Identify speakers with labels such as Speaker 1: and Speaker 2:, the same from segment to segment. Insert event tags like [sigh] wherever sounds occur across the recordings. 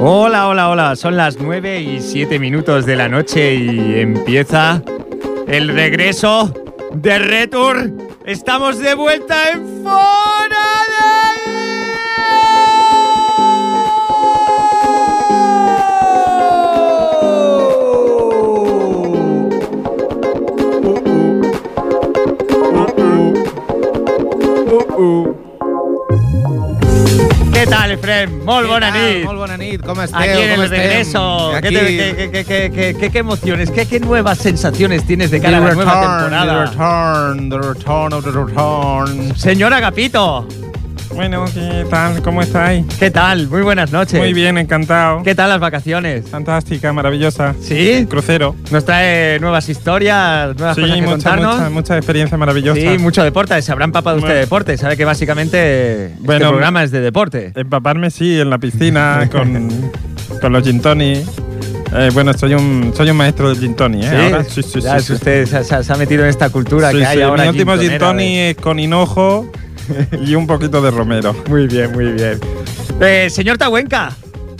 Speaker 1: Hola, hola, hola. Son las 9 y 7 minutos de la noche y empieza el regreso de Retur. Estamos de vuelta en Fora de ¿Qué tal, Efrem? Molt
Speaker 2: Què
Speaker 1: bona
Speaker 2: tal?
Speaker 1: nit.
Speaker 2: Molt bona nit, com esteu?
Speaker 1: Aquí en
Speaker 2: com
Speaker 1: el
Speaker 2: estem?
Speaker 1: regreso. ¿Qué,
Speaker 2: Aquí,
Speaker 1: te- qué- qué- qué- qué- qué- qué- qué emociones, qué, qué nuevas sensaciones tienes de cara a la
Speaker 2: the return,
Speaker 1: nueva temporada?
Speaker 2: The return, the return of the return.
Speaker 1: Señor Agapito,
Speaker 3: Bueno, ¿qué tal? ¿Cómo estáis?
Speaker 1: ¿qué tal? Muy buenas noches.
Speaker 3: Muy bien, encantado.
Speaker 1: ¿Qué tal las vacaciones?
Speaker 3: Fantástica, maravillosa.
Speaker 1: ¿Sí?
Speaker 3: Crucero.
Speaker 1: Nos trae nuevas historias, nuevas
Speaker 3: Sí,
Speaker 1: cosas que
Speaker 3: mucha,
Speaker 1: contarnos.
Speaker 3: mucha, mucha experiencia maravillosa.
Speaker 1: sí, mucho deporte. Se habrá empapado usted de
Speaker 3: Bueno.
Speaker 1: deporte. Sabe que básicamente este
Speaker 3: Bueno,
Speaker 1: programa es de deporte.
Speaker 3: Empaparme, sí, en la piscina,
Speaker 1: [laughs]
Speaker 3: con, con los gin tonic. Eh, bueno, soy un, soy un maestro del gin tonic, ¿eh? Ahora, sí, sí,
Speaker 1: ya
Speaker 3: sí,
Speaker 1: es
Speaker 3: sí.
Speaker 1: usted se, se- se ha metido en esta cultura
Speaker 3: Sí,
Speaker 1: que hay
Speaker 3: sí,
Speaker 1: ahora.
Speaker 3: Mi último gin
Speaker 1: gintonera
Speaker 3: tonic
Speaker 1: de-
Speaker 3: es con hinojo y un poquito de romero.
Speaker 1: Muy bien, muy bien. Eh, señor Tahuenca,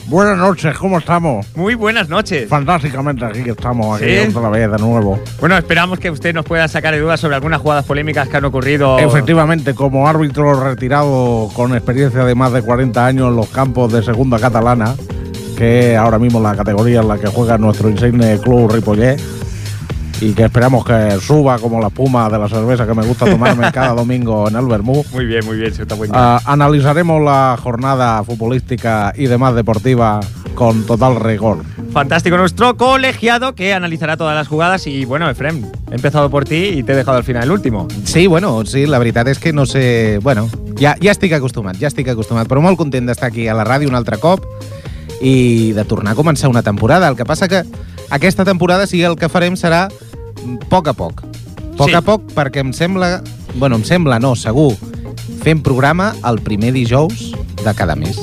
Speaker 2: Buenas noches, ¿cómo estamos?
Speaker 1: muy buenas noches.
Speaker 2: Fantásticamente aquí que estamos, aquí
Speaker 1: ¿Sí?
Speaker 2: otra vez de nuevo.
Speaker 1: Bueno, esperamos que usted nos pueda sacar de dudas sobre algunas jugadas polémicas que han ocurrido.
Speaker 2: Efectivamente, como árbitro retirado con experiencia de más de 40 años en los campos de segunda catalana, que es ahora mismo la categoría en la que juega nuestro insigne club Ripollet, y que esperamos que suba como la espuma de la cerveza que me gusta
Speaker 1: [laughs]
Speaker 2: tomarme cada domingo en el Bermú.
Speaker 1: Muy bien, muy bien, señor Tahuenca.
Speaker 2: Ah, analizaremos la jornada futbolística y demás deportiva con total rigor.
Speaker 1: Fantástico, nuestro colegiado que analizará todas las jugadas. Y bueno, Efrem, he empezado por ti y te he dejado al final el último.
Speaker 4: Sí, bueno, sí, la veritat és que no sé... Bueno, ja, ja estic acostumat, ja estic acostumat, però molt content d'estar aquí a la ràdio un altre cop i de tornar a començar una temporada. El que passa que aquesta temporada sí el que farem serà a poc a poc. A poc
Speaker 1: Sí.
Speaker 4: a poc, perquè em sembla... Bueno, em sembla, no, segur, fem programa el primer dijous de cada mes.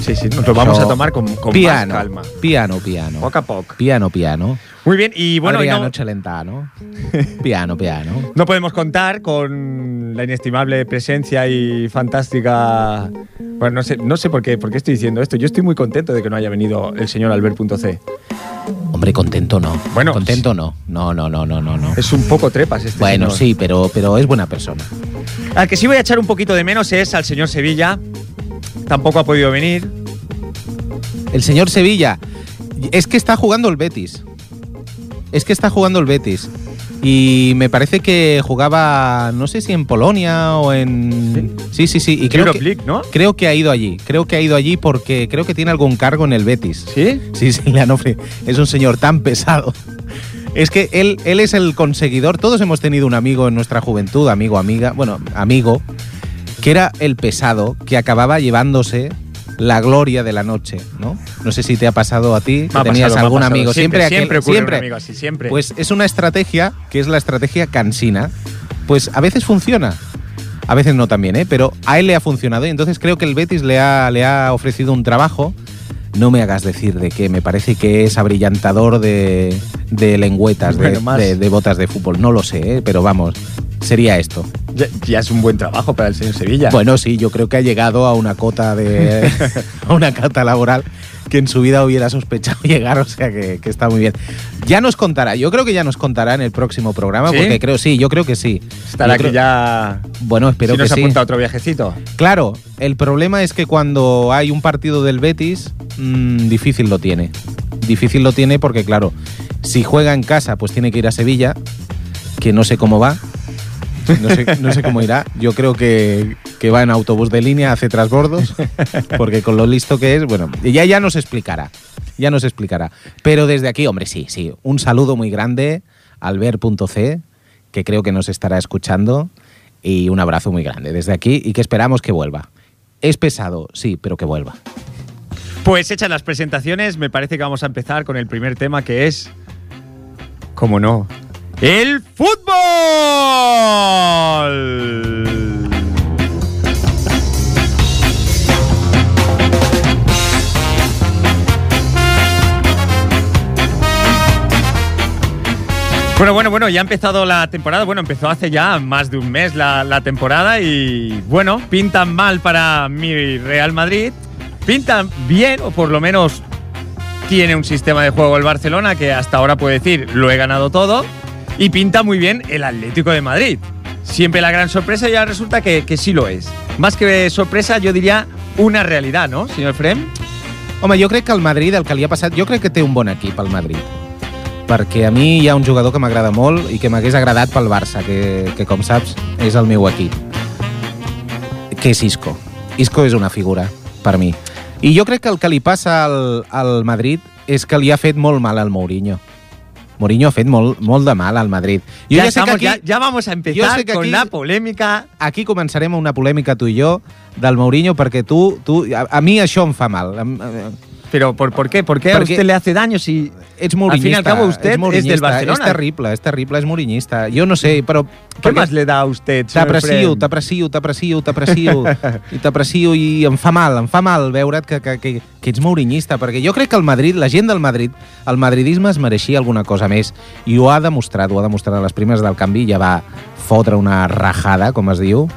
Speaker 1: Sí, sí, nos lo vamos
Speaker 4: Yo-
Speaker 1: a tomar con, con más
Speaker 4: piano,
Speaker 1: calma.
Speaker 4: piano, piano.
Speaker 1: Poco a poco.
Speaker 4: Piano, piano.
Speaker 1: Muy bien, y bueno, y
Speaker 4: Adriano
Speaker 1: no,
Speaker 4: Celentano. [laughs] Piano, piano.
Speaker 1: no podemos contar con la inestimable presencia y fantástica. Bueno, no sé, no sé por, qué, por qué estoy diciendo esto. Yo estoy muy contento de que no haya venido el señor Albert.c.
Speaker 4: Hombre, contento no.
Speaker 1: Bueno,
Speaker 4: contento no. No, no, no, no, no, no.
Speaker 1: Es un poco trepas este
Speaker 4: Bueno,
Speaker 1: señor.
Speaker 4: sí, pero, pero es buena persona.
Speaker 1: Al que sí voy a echar un poquito de menos es al señor Sevilla. Tampoco ha podido venir.
Speaker 4: El señor Sevilla es que está jugando el Betis. Es que está jugando el Betis. Y me parece que jugaba, no sé si en Polonia o en... Sí, sí, sí. Y creo
Speaker 1: Europe
Speaker 4: que,
Speaker 1: League, ¿no?
Speaker 4: creo que ha ido allí. Creo que ha ido allí porque creo que tiene algún cargo en el Betis.
Speaker 1: Sí.
Speaker 4: Sí, [laughs] sí, le han ofre- Es un señor tan pesado. Es que él, él es el conseguidor. Todos hemos tenido un amigo en nuestra juventud, amigo, amiga, bueno, amigo, que era el pesado que acababa llevándose la gloria de la noche, ¿no? No sé si te ha pasado a ti, que
Speaker 1: Me ha
Speaker 4: tenías
Speaker 1: pasado, me ha
Speaker 4: algún
Speaker 1: pasado.
Speaker 4: amigo.
Speaker 1: Siempre,
Speaker 4: aquel-
Speaker 1: siempre ocurre
Speaker 4: siempre.
Speaker 1: un amigo así, siempre.
Speaker 4: Pues es una estrategia que es la estrategia cansina. Pues a veces funciona. A veces no también, ¿eh? Pero a él le ha funcionado y entonces creo que el Betis le ha, le ha ofrecido un trabajo. No me hagas decir de que me parece que es abrillantador de, de lengüetas, de-
Speaker 1: Bueno, más.
Speaker 4: de, de botas de fútbol. No lo sé, ¿eh? pero vamos, sería esto.
Speaker 1: ya, ya es un buen trabajo para el señor Sevilla.
Speaker 4: Bueno, sí, yo creo que ha llegado a una cota
Speaker 1: [laughs]
Speaker 4: de a una cota laboral que en su vida hubiera sospechado [laughs] llegar, o sea que, que está muy bien. Ya nos contará, yo creo que ya nos contará en el próximo programa,
Speaker 1: ¿Sí?
Speaker 4: porque creo, sí, yo creo que sí.
Speaker 1: Estará
Speaker 4: yo
Speaker 1: aquí
Speaker 4: creo-
Speaker 1: ya.
Speaker 4: Bueno, espero
Speaker 1: si
Speaker 4: que
Speaker 1: nos
Speaker 4: sí.
Speaker 1: apunta a otro viajecito.
Speaker 4: Claro, el problema es que cuando hay un partido del Betis, mm, difícil lo tiene. Difícil lo tiene porque, claro, si juega en casa, pues tiene que ir a Sevilla, que no sé cómo va. No sé, no sé cómo irá. Yo creo que, que va en autobús de línea, hace trasbordos, porque con lo listo que es, bueno, ya, ya nos explicará. Ya nos explicará. Pero desde aquí, hombre, sí, sí. Un saludo muy grande al ver.c, que creo que nos estará escuchando, y un abrazo muy grande desde aquí y que esperamos que vuelva. Es pesado, sí, pero que vuelva.
Speaker 1: Pues hechas las presentaciones, me parece que vamos a empezar con el primer tema que es. ¿Cómo no? ¡El fútbol! Bueno, bueno, bueno, ya ha empezado la temporada. Bueno, empezó hace ya más de un mes la, la temporada y bueno, pintan mal para mi Real Madrid. Pintan bien, o por lo menos Tiene un sistema de juego el Barcelona que hasta ahora puede decir, lo he ganado todo. Y pinta muy bien el Atlético de Madrid. Siempre la gran sorpresa y ahora resulta que, que sí lo es. Más que sorpresa, yo diría una realidad, ¿no, señor Frem?
Speaker 4: Home, jo crec que el Madrid, el que li ha passat, jo crec que té un bon equip, el Madrid. Perquè a mi hi ha un jugador que m'agrada molt i que m'hagués agradat pel Barça, que, que com saps és el meu equip, que és Isco. Isco és una figura, per mi. I jo crec que el que li passa al, al Madrid és que li ha fet molt mal al Mourinho. Mourinho ha fet molt, molt de mal al Madrid. Jo
Speaker 1: ya,
Speaker 4: ja, sé
Speaker 1: estamos-
Speaker 4: que
Speaker 1: ya-
Speaker 4: aquí,
Speaker 1: ya vamos a empezar
Speaker 4: sé que
Speaker 1: con
Speaker 4: aquí-
Speaker 1: la polémica.
Speaker 4: aquí començarem una polèmica tu i jo del Mourinho perquè tu, tu a, a mi això em fa mal. Em- em-
Speaker 1: Pero ¿por, por qué? ¿Por qué a
Speaker 4: Porque-
Speaker 1: usted le hace daño si Al fin y
Speaker 4: Ets
Speaker 1: al
Speaker 4: mourinhista.
Speaker 1: cabo, usted
Speaker 4: ets
Speaker 1: es
Speaker 4: mourinhista,
Speaker 1: del Barcelona.
Speaker 4: És terrible, és terrible, és mourinhista. Jo no sé, però...
Speaker 1: ¿Qué más le da a usted? señor
Speaker 4: T'aprecio,
Speaker 1: Frem?
Speaker 4: t'aprecio, t'aprecio, t'aprecio, i t'aprecio, i em fa mal, em fa mal veure't que, que, que, que ets mourinhista, perquè jo crec que el Madrid, la gent del Madrid, el madridisme es mereixia alguna cosa més, i ho ha demostrat, ho ha demostrat a les primes del canvi, ja va fotre una rajada, com es diu,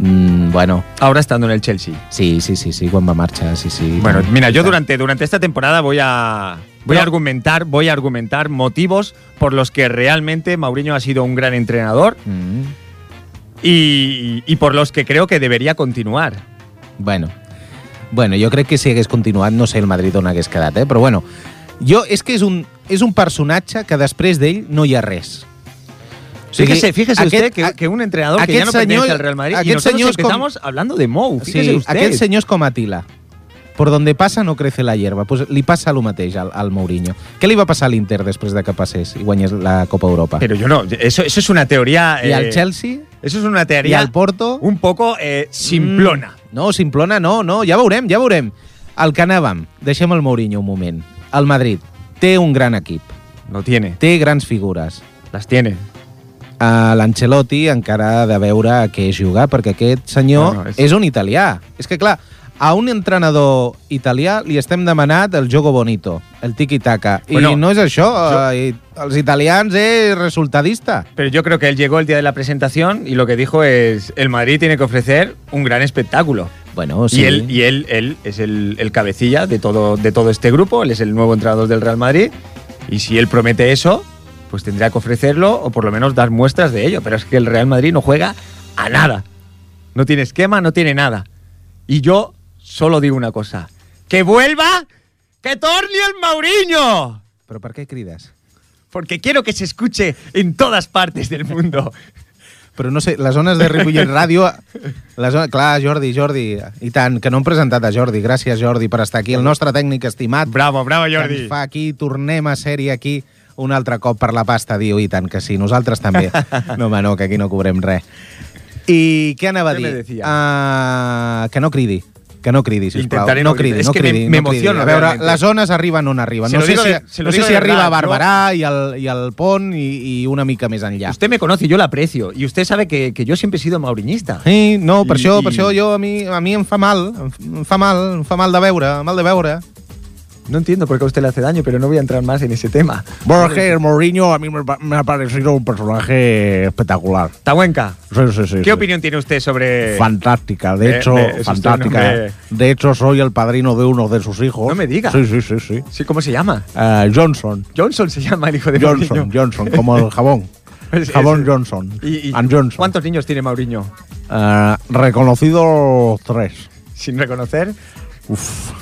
Speaker 4: mm, bueno,
Speaker 1: Ahora estando en el Chelsea.
Speaker 4: sí, sí, sí, sí, quan va marxar, sí, sí.
Speaker 1: Bueno, mira, yo
Speaker 4: Clar.
Speaker 1: durante, durante esta temporada voy a. Voy a argumentar, voy a argumentar motivos por los que realmente Mourinho ha sido un gran entrenador
Speaker 4: Mm,
Speaker 1: y, y por los que creo que debería continuar.
Speaker 4: bueno. Bueno, jo crec que si hagués continuat, no sé el Madrid on hagués quedat, eh? però bueno, jo, és que és un, és un personatge que després d'ell no hi ha res. O sigui,
Speaker 1: fíjese, fíjese
Speaker 4: aquest-
Speaker 1: usted que, que un entrenador que
Speaker 4: aquest
Speaker 1: ya no pertenece
Speaker 4: senyor-
Speaker 1: al Real Madrid y
Speaker 4: aquest
Speaker 1: nosotros
Speaker 4: senyor es com-
Speaker 1: empezamos hablando de Mou, fíjese
Speaker 4: sí,
Speaker 1: usted.
Speaker 4: aquest senyor és com Atila. Por donde pasa no crece la hierba. Pues li passa el mateix al, al Mourinho. Què li va passar a l'Inter després de que passés i guanyés la Copa Europa?
Speaker 1: Pero yo no, eso, eso es una teoría.
Speaker 4: I al
Speaker 1: eh,
Speaker 4: Chelsea?
Speaker 1: Eso es una
Speaker 4: I
Speaker 1: teoría
Speaker 4: al Porto?
Speaker 1: un poco eh, simplona.
Speaker 4: Mm, No, simplona no, no, ja veurem, ja veurem. El que anàvem, deixem el Mourinho un moment. El Madrid té un gran equip, Mm.
Speaker 1: No tiene,
Speaker 4: té grans figures.
Speaker 1: las tiene.
Speaker 4: A l'Ancelotti encara ha de veure a què és jugar, perquè aquest senyor
Speaker 1: No,
Speaker 4: no,
Speaker 1: no, és-
Speaker 4: és... és un italià. És que, clar, a un entrenador italià li estem demanat el jogo bonito, el tiki-taka.
Speaker 1: Bueno,
Speaker 4: I no és això, eh, i els italians és resultadista.
Speaker 1: Pero yo creo que él llegó el día de la presentación y lo que dijo es, el Madrid tiene que ofrecer un gran espectáculo.
Speaker 4: Bueno, sí.
Speaker 1: Y él, y él, él es el, el cabecilla de todo, de todo este grupo, él es el nuevo entrenador del Real Madrid y si él promete eso, pues tendrá que ofrecerlo o por lo menos dar muestras de ello. Pero es que el Real Madrid no juega a nada. No tiene esquema, no tiene nada. Y yo solo digo una cosa. ¡Que vuelva! ¡Que torne el Mauriño!
Speaker 4: Però per què crides?
Speaker 1: Porque quiero que se escuche en todas partes del mundo.
Speaker 4: Però no sé, les zones de Ripollet Ràdio... Les zones, clar, Jordi, Jordi, i tant, que no hem presentat a Jordi. Gràcies, Jordi, per estar aquí. El nostre tècnic estimat,
Speaker 1: Bravo, bravo,
Speaker 4: que
Speaker 1: Jordi.
Speaker 4: ens fa aquí, tornem a sèrie aquí un altre cop per la pasta, diu, i tant que sí,
Speaker 1: [laughs]
Speaker 4: nosaltres també. No, home, no, que aquí no cobrem res. I què anava a
Speaker 1: Què me
Speaker 4: dir?
Speaker 1: decía?
Speaker 4: Uh, que no cridi, que no cridi, sisplau.
Speaker 1: Intentaré no
Speaker 4: No
Speaker 1: cridar.
Speaker 4: cridi,
Speaker 1: És
Speaker 4: no
Speaker 1: que me-
Speaker 4: cridi.
Speaker 1: me
Speaker 4: no cridi.
Speaker 1: emociono,
Speaker 4: A veure,
Speaker 1: realmente.
Speaker 4: les zones arriben on arriben.
Speaker 1: Se
Speaker 4: No
Speaker 1: lo
Speaker 4: sé
Speaker 1: digo
Speaker 4: si,
Speaker 1: de- se lo
Speaker 4: no sé
Speaker 1: digo
Speaker 4: si
Speaker 1: de
Speaker 4: arriba a
Speaker 1: verdad,
Speaker 4: Barberà i, al, i al Pont i, i una mica més enllà.
Speaker 1: Usted me conoce, yo la aprecio. Y usted sabe que, que yo siempre he sido mauriñista.
Speaker 4: Sí, no, per
Speaker 1: I-
Speaker 4: això,
Speaker 1: i-
Speaker 4: per això jo a mi, a mi em fa mal, em f- em fa mal, em fa mal de veure, mal de veure.
Speaker 1: No entiendo por qué a usted le hace daño, pero no voy a entrar más en ese tema.
Speaker 5: Borges Mourinho a mí me, pa- me ha parecido un personaje espectacular.
Speaker 1: Tahuenca,
Speaker 5: Sí, sí, sí.
Speaker 1: ¿qué
Speaker 5: sí. Eh,
Speaker 1: opinión eh, tiene usted sobre.?
Speaker 5: Fantástica,
Speaker 1: Me-
Speaker 5: de hecho,
Speaker 1: me- es usted un
Speaker 5: fantástica.
Speaker 1: hombre-
Speaker 5: De hecho, soy el padrino de uno de sus hijos.
Speaker 1: No me diga.
Speaker 5: Sí, sí, sí, sí.
Speaker 1: Sí, ¿Cómo se llama?
Speaker 5: Eh, Johnson.
Speaker 1: Johnson se llama el hijo de
Speaker 5: Johnson,
Speaker 1: Mourinho.
Speaker 5: Johnson, como el
Speaker 1: [laughs]
Speaker 5: jabón.
Speaker 1: Es-
Speaker 5: Jabón
Speaker 1: es-
Speaker 5: Johnson.
Speaker 1: Y- y
Speaker 5: And Johnson.
Speaker 1: ¿Cuántos niños tiene Mauriño?
Speaker 5: Eh, reconocidos tres.
Speaker 1: Sin reconocer.
Speaker 5: Uf,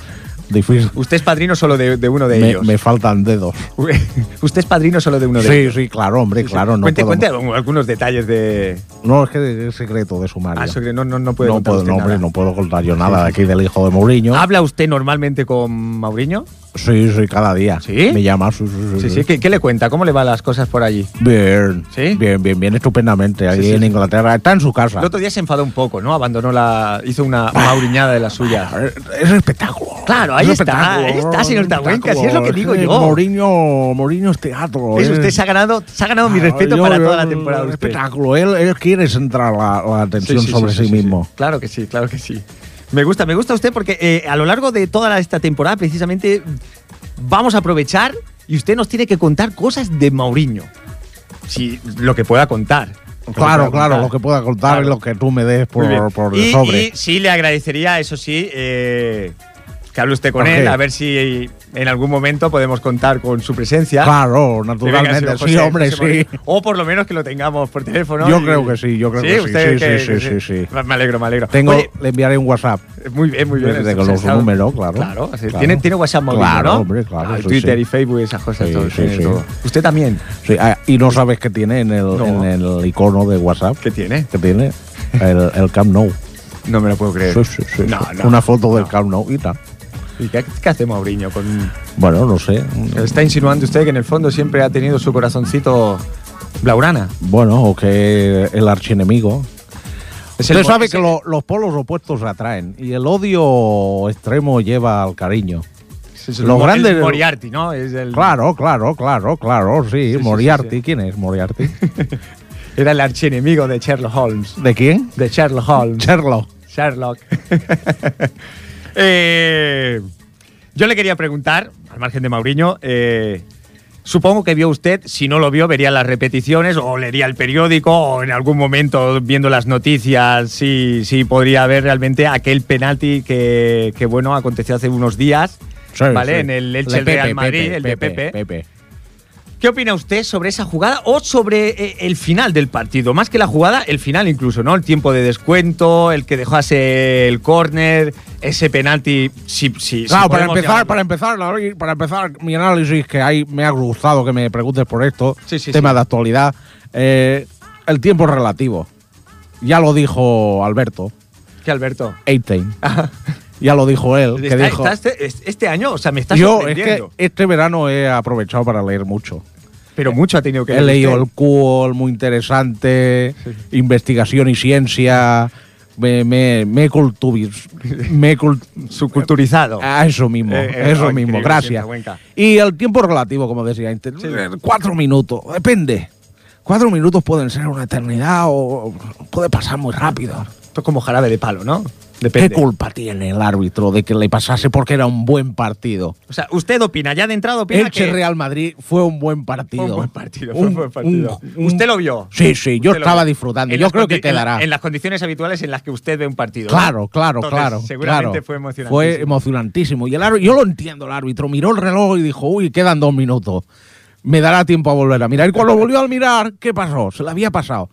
Speaker 5: difícil.
Speaker 1: Usted es padrino solo de, de uno de
Speaker 5: Me,
Speaker 1: ellos.
Speaker 5: me faltan dedos.
Speaker 1: [laughs] usted es padrino solo de uno de ellos.
Speaker 5: Sí, sí, claro, hombre, claro. No,
Speaker 1: cuente,
Speaker 5: puedo-
Speaker 1: cuente algunos detalles de.
Speaker 5: no es que es secreto de sumario.
Speaker 1: Ah, sobre- no, no, no puede
Speaker 5: no
Speaker 1: contar
Speaker 5: puedo,
Speaker 1: usted
Speaker 5: no, hombre,
Speaker 1: nada.
Speaker 5: no puedo contar yo nada de aquí del hijo de Mourinho.
Speaker 1: ¿Habla usted normalmente con Mauriño?
Speaker 5: Sí, sí, cada día.
Speaker 1: ¿Sí?
Speaker 5: Me llama. Sí, sí, sí.
Speaker 1: Sí, sí. ¿Qué, qué le cuenta? ¿Cómo le van las cosas por allí?
Speaker 5: Bien,
Speaker 1: ¿Sí?
Speaker 5: bien, bien, bien, estupendamente. Ahí
Speaker 1: Sí, sí,
Speaker 5: en
Speaker 1: sí.
Speaker 5: Inglaterra. Está en su casa.
Speaker 1: El otro día se enfadó un poco, ¿no? Abandonó la. hizo una mauriñada de la suya.
Speaker 5: Es- Es espectáculo.
Speaker 1: Claro, ahí
Speaker 5: Es
Speaker 1: está,
Speaker 5: espectáculo,
Speaker 1: ahí está, señor
Speaker 5: es
Speaker 1: Tahuenca, si es lo que digo
Speaker 5: espectáculo. Eh,
Speaker 1: yo.
Speaker 5: Mourinho, Mourinho es teatro.
Speaker 1: Es,
Speaker 5: es-
Speaker 1: usted se ha ganado, se ha ganado mi
Speaker 5: Ah,
Speaker 1: respeto
Speaker 5: yo-
Speaker 1: para
Speaker 5: yo-
Speaker 1: toda la temporada.
Speaker 5: el
Speaker 1: usted.
Speaker 5: Espectáculo. Él, él quiere centrar la, la atención sobre sí, mismo.
Speaker 1: Claro que sí, claro que sí. Me gusta, me gusta usted porque eh, a lo largo de toda la- esta temporada, precisamente, vamos a aprovechar y usted nos tiene que contar cosas de Mauriño. Si lo que pueda contar. Lo que
Speaker 5: Claro, claro,
Speaker 1: pueda contar.
Speaker 5: lo que pueda contar
Speaker 1: Claro.
Speaker 5: y lo que tú me des
Speaker 1: Muy bien.
Speaker 5: por, por el
Speaker 1: y,
Speaker 5: sobre.
Speaker 1: y sí, le agradecería, eso sí, eh, que hable usted con
Speaker 5: ¿Por
Speaker 1: él,
Speaker 5: qué?
Speaker 1: a ver si en algún momento podemos contar con su presencia.
Speaker 4: Claro,
Speaker 1: Que venga,
Speaker 4: naturalmente.
Speaker 1: señor
Speaker 4: Ah, Sí,
Speaker 1: José,
Speaker 4: hombre,
Speaker 1: José
Speaker 4: sí.
Speaker 1: Moreno. O por lo menos que lo tengamos por teléfono.
Speaker 4: Yo
Speaker 1: y-
Speaker 4: creo que sí, yo creo que sí.
Speaker 1: usted
Speaker 4: Sí,
Speaker 1: que-
Speaker 4: sí, sí, sí, sí.
Speaker 1: Me alegro, me alegro.
Speaker 4: Tengo,
Speaker 1: Oye,
Speaker 4: le enviaré un WhatsApp.
Speaker 1: muy bien, muy bien.
Speaker 4: Desde
Speaker 1: Está-
Speaker 4: con los
Speaker 1: está-
Speaker 4: números, claro.
Speaker 1: Claro, así-
Speaker 4: Claro.
Speaker 1: Tiene, tiene WhatsApp móvil,
Speaker 4: Claro,
Speaker 1: ¿no?
Speaker 4: hombre, claro,
Speaker 1: Ah, y
Speaker 4: sí,
Speaker 1: Twitter
Speaker 4: sí.
Speaker 1: y Facebook y esas cosas.
Speaker 4: Sí,
Speaker 1: todo,
Speaker 4: sí,
Speaker 1: tiene
Speaker 4: sí.
Speaker 1: todo. Usted también.
Speaker 4: Sí, ah, y no sabes qué tiene en el,
Speaker 1: No.
Speaker 4: en el icono de WhatsApp.
Speaker 1: ¿Qué tiene?
Speaker 4: Que tiene el, el Camp Nou.
Speaker 1: No me lo puedo creer.
Speaker 4: Sí, sí, sí,
Speaker 1: No,
Speaker 4: sí.
Speaker 1: no,
Speaker 4: Una foto del
Speaker 1: no.
Speaker 4: Camp Nou y tal.
Speaker 1: ¿Y qué, qué hace Mauriño? Con...
Speaker 4: Bueno, no sé.
Speaker 1: Está insinuando usted que en el fondo siempre ha tenido su corazoncito blaurana.
Speaker 4: Bueno, o que el archienemigo.
Speaker 1: Es el
Speaker 4: Usted
Speaker 1: mo-
Speaker 4: sabe
Speaker 1: es
Speaker 4: que
Speaker 1: el-
Speaker 4: lo- los polos opuestos se atraen y el odio extremo lleva al cariño.
Speaker 1: es el
Speaker 4: los
Speaker 1: mo- el
Speaker 4: grandes-
Speaker 1: Moriarty, ¿no? Es el-
Speaker 4: Claro, claro, claro, claro, sí.
Speaker 1: sí,
Speaker 4: Moriarty,
Speaker 1: sí, sí.
Speaker 4: ¿quién
Speaker 1: [laughs]
Speaker 4: es Moriarty?
Speaker 1: Era el archienemigo de Sherlock Holmes.
Speaker 4: ¿De quién?
Speaker 1: De Sherlock Holmes.
Speaker 4: Sherlock.
Speaker 1: Sherlock. [laughs] Eh, yo le quería preguntar, al margen de Mauriño, eh, supongo que vio usted, si no lo vio, vería las repeticiones o leería el periódico o en algún momento viendo las noticias, sí, sí podría ver realmente aquel penalti que, que, bueno, aconteció hace unos días.
Speaker 4: Sí,
Speaker 1: Vale,
Speaker 4: sí.
Speaker 1: en el Elche
Speaker 4: De Pepe,
Speaker 1: Real Madrid,
Speaker 4: Pepe,
Speaker 1: el de
Speaker 4: Pepe,
Speaker 1: Pepe.
Speaker 4: Pepe.
Speaker 1: ¿Qué opina usted sobre esa jugada o sobre eh, el final del partido? Más que la jugada, el final incluso, ¿no? El tiempo de descuento, el que dejase el córner, ese penalti. Si, si, si
Speaker 4: Claro, para
Speaker 1: podemos
Speaker 4: empezar,
Speaker 1: llamarlo.
Speaker 4: para empezar, Lauri, para empezar mi análisis, que ahí me ha gustado que me preguntes por esto,
Speaker 1: Sí, sí,
Speaker 4: tema
Speaker 1: sí.
Speaker 4: de actualidad, eh, el tiempo es relativo. Ya lo dijo Alberto
Speaker 1: ¿Qué, Alberto? [laughs]
Speaker 4: Einstein. ya lo dijo él, que
Speaker 1: Está-
Speaker 4: dijo.
Speaker 1: está este, es- este año, o sea, me está
Speaker 4: Yo es que
Speaker 1: sorprendiendo.
Speaker 4: este verano he aprovechado para leer mucho.
Speaker 1: Pero mucho ha tenido que
Speaker 4: He
Speaker 1: ver
Speaker 4: leído
Speaker 1: usted.
Speaker 4: El Cuol, muy interesante, Investigación y Ciencia, me, me, me, he cultuvis- me he cult-
Speaker 1: Subculturizado.
Speaker 4: Ah, eso mismo,
Speaker 1: Eh, eh,
Speaker 4: eso
Speaker 1: no,
Speaker 4: mismo,
Speaker 1: increíble,
Speaker 4: gracias.
Speaker 1: sienta, Cuenca.
Speaker 4: Y el tiempo relativo, como decía antes, eh, cuatro minutos, depende. Cuatro minutos pueden ser una eternidad o o puede pasar muy rápido.
Speaker 1: Esto es como jarabe de palo, ¿no? Depende.
Speaker 4: ¿Qué culpa tiene el árbitro de que le pasase porque era un buen partido?
Speaker 1: O sea, usted opina, ya de entrada opina
Speaker 4: Elche
Speaker 1: que
Speaker 4: Real Madrid fue un buen partido.
Speaker 1: fue un buen partido. fue un buen partido.
Speaker 4: un-
Speaker 1: usted lo vio.
Speaker 4: Sí, sí, yo
Speaker 1: Usted lo
Speaker 4: estaba
Speaker 1: ve.
Speaker 4: disfrutando.
Speaker 1: En
Speaker 4: Yo
Speaker 1: las
Speaker 4: creo que
Speaker 1: condi- en la-
Speaker 4: quedará.
Speaker 1: En, las condiciones habituales en las que usted ve un partido. ¿no?
Speaker 4: Claro, claro,
Speaker 1: Entonces,
Speaker 4: claro.
Speaker 1: Seguramente
Speaker 4: claro.
Speaker 1: fue emocionante.
Speaker 4: Fue emocionantísimo. Y el árbitro, yo lo entiendo, el árbitro miró el reloj y dijo, uy, quedan dos minutos. Me dará tiempo a volver a mirar. Y cuando volvió a mirar, ¿qué pasó? Se le había pasado.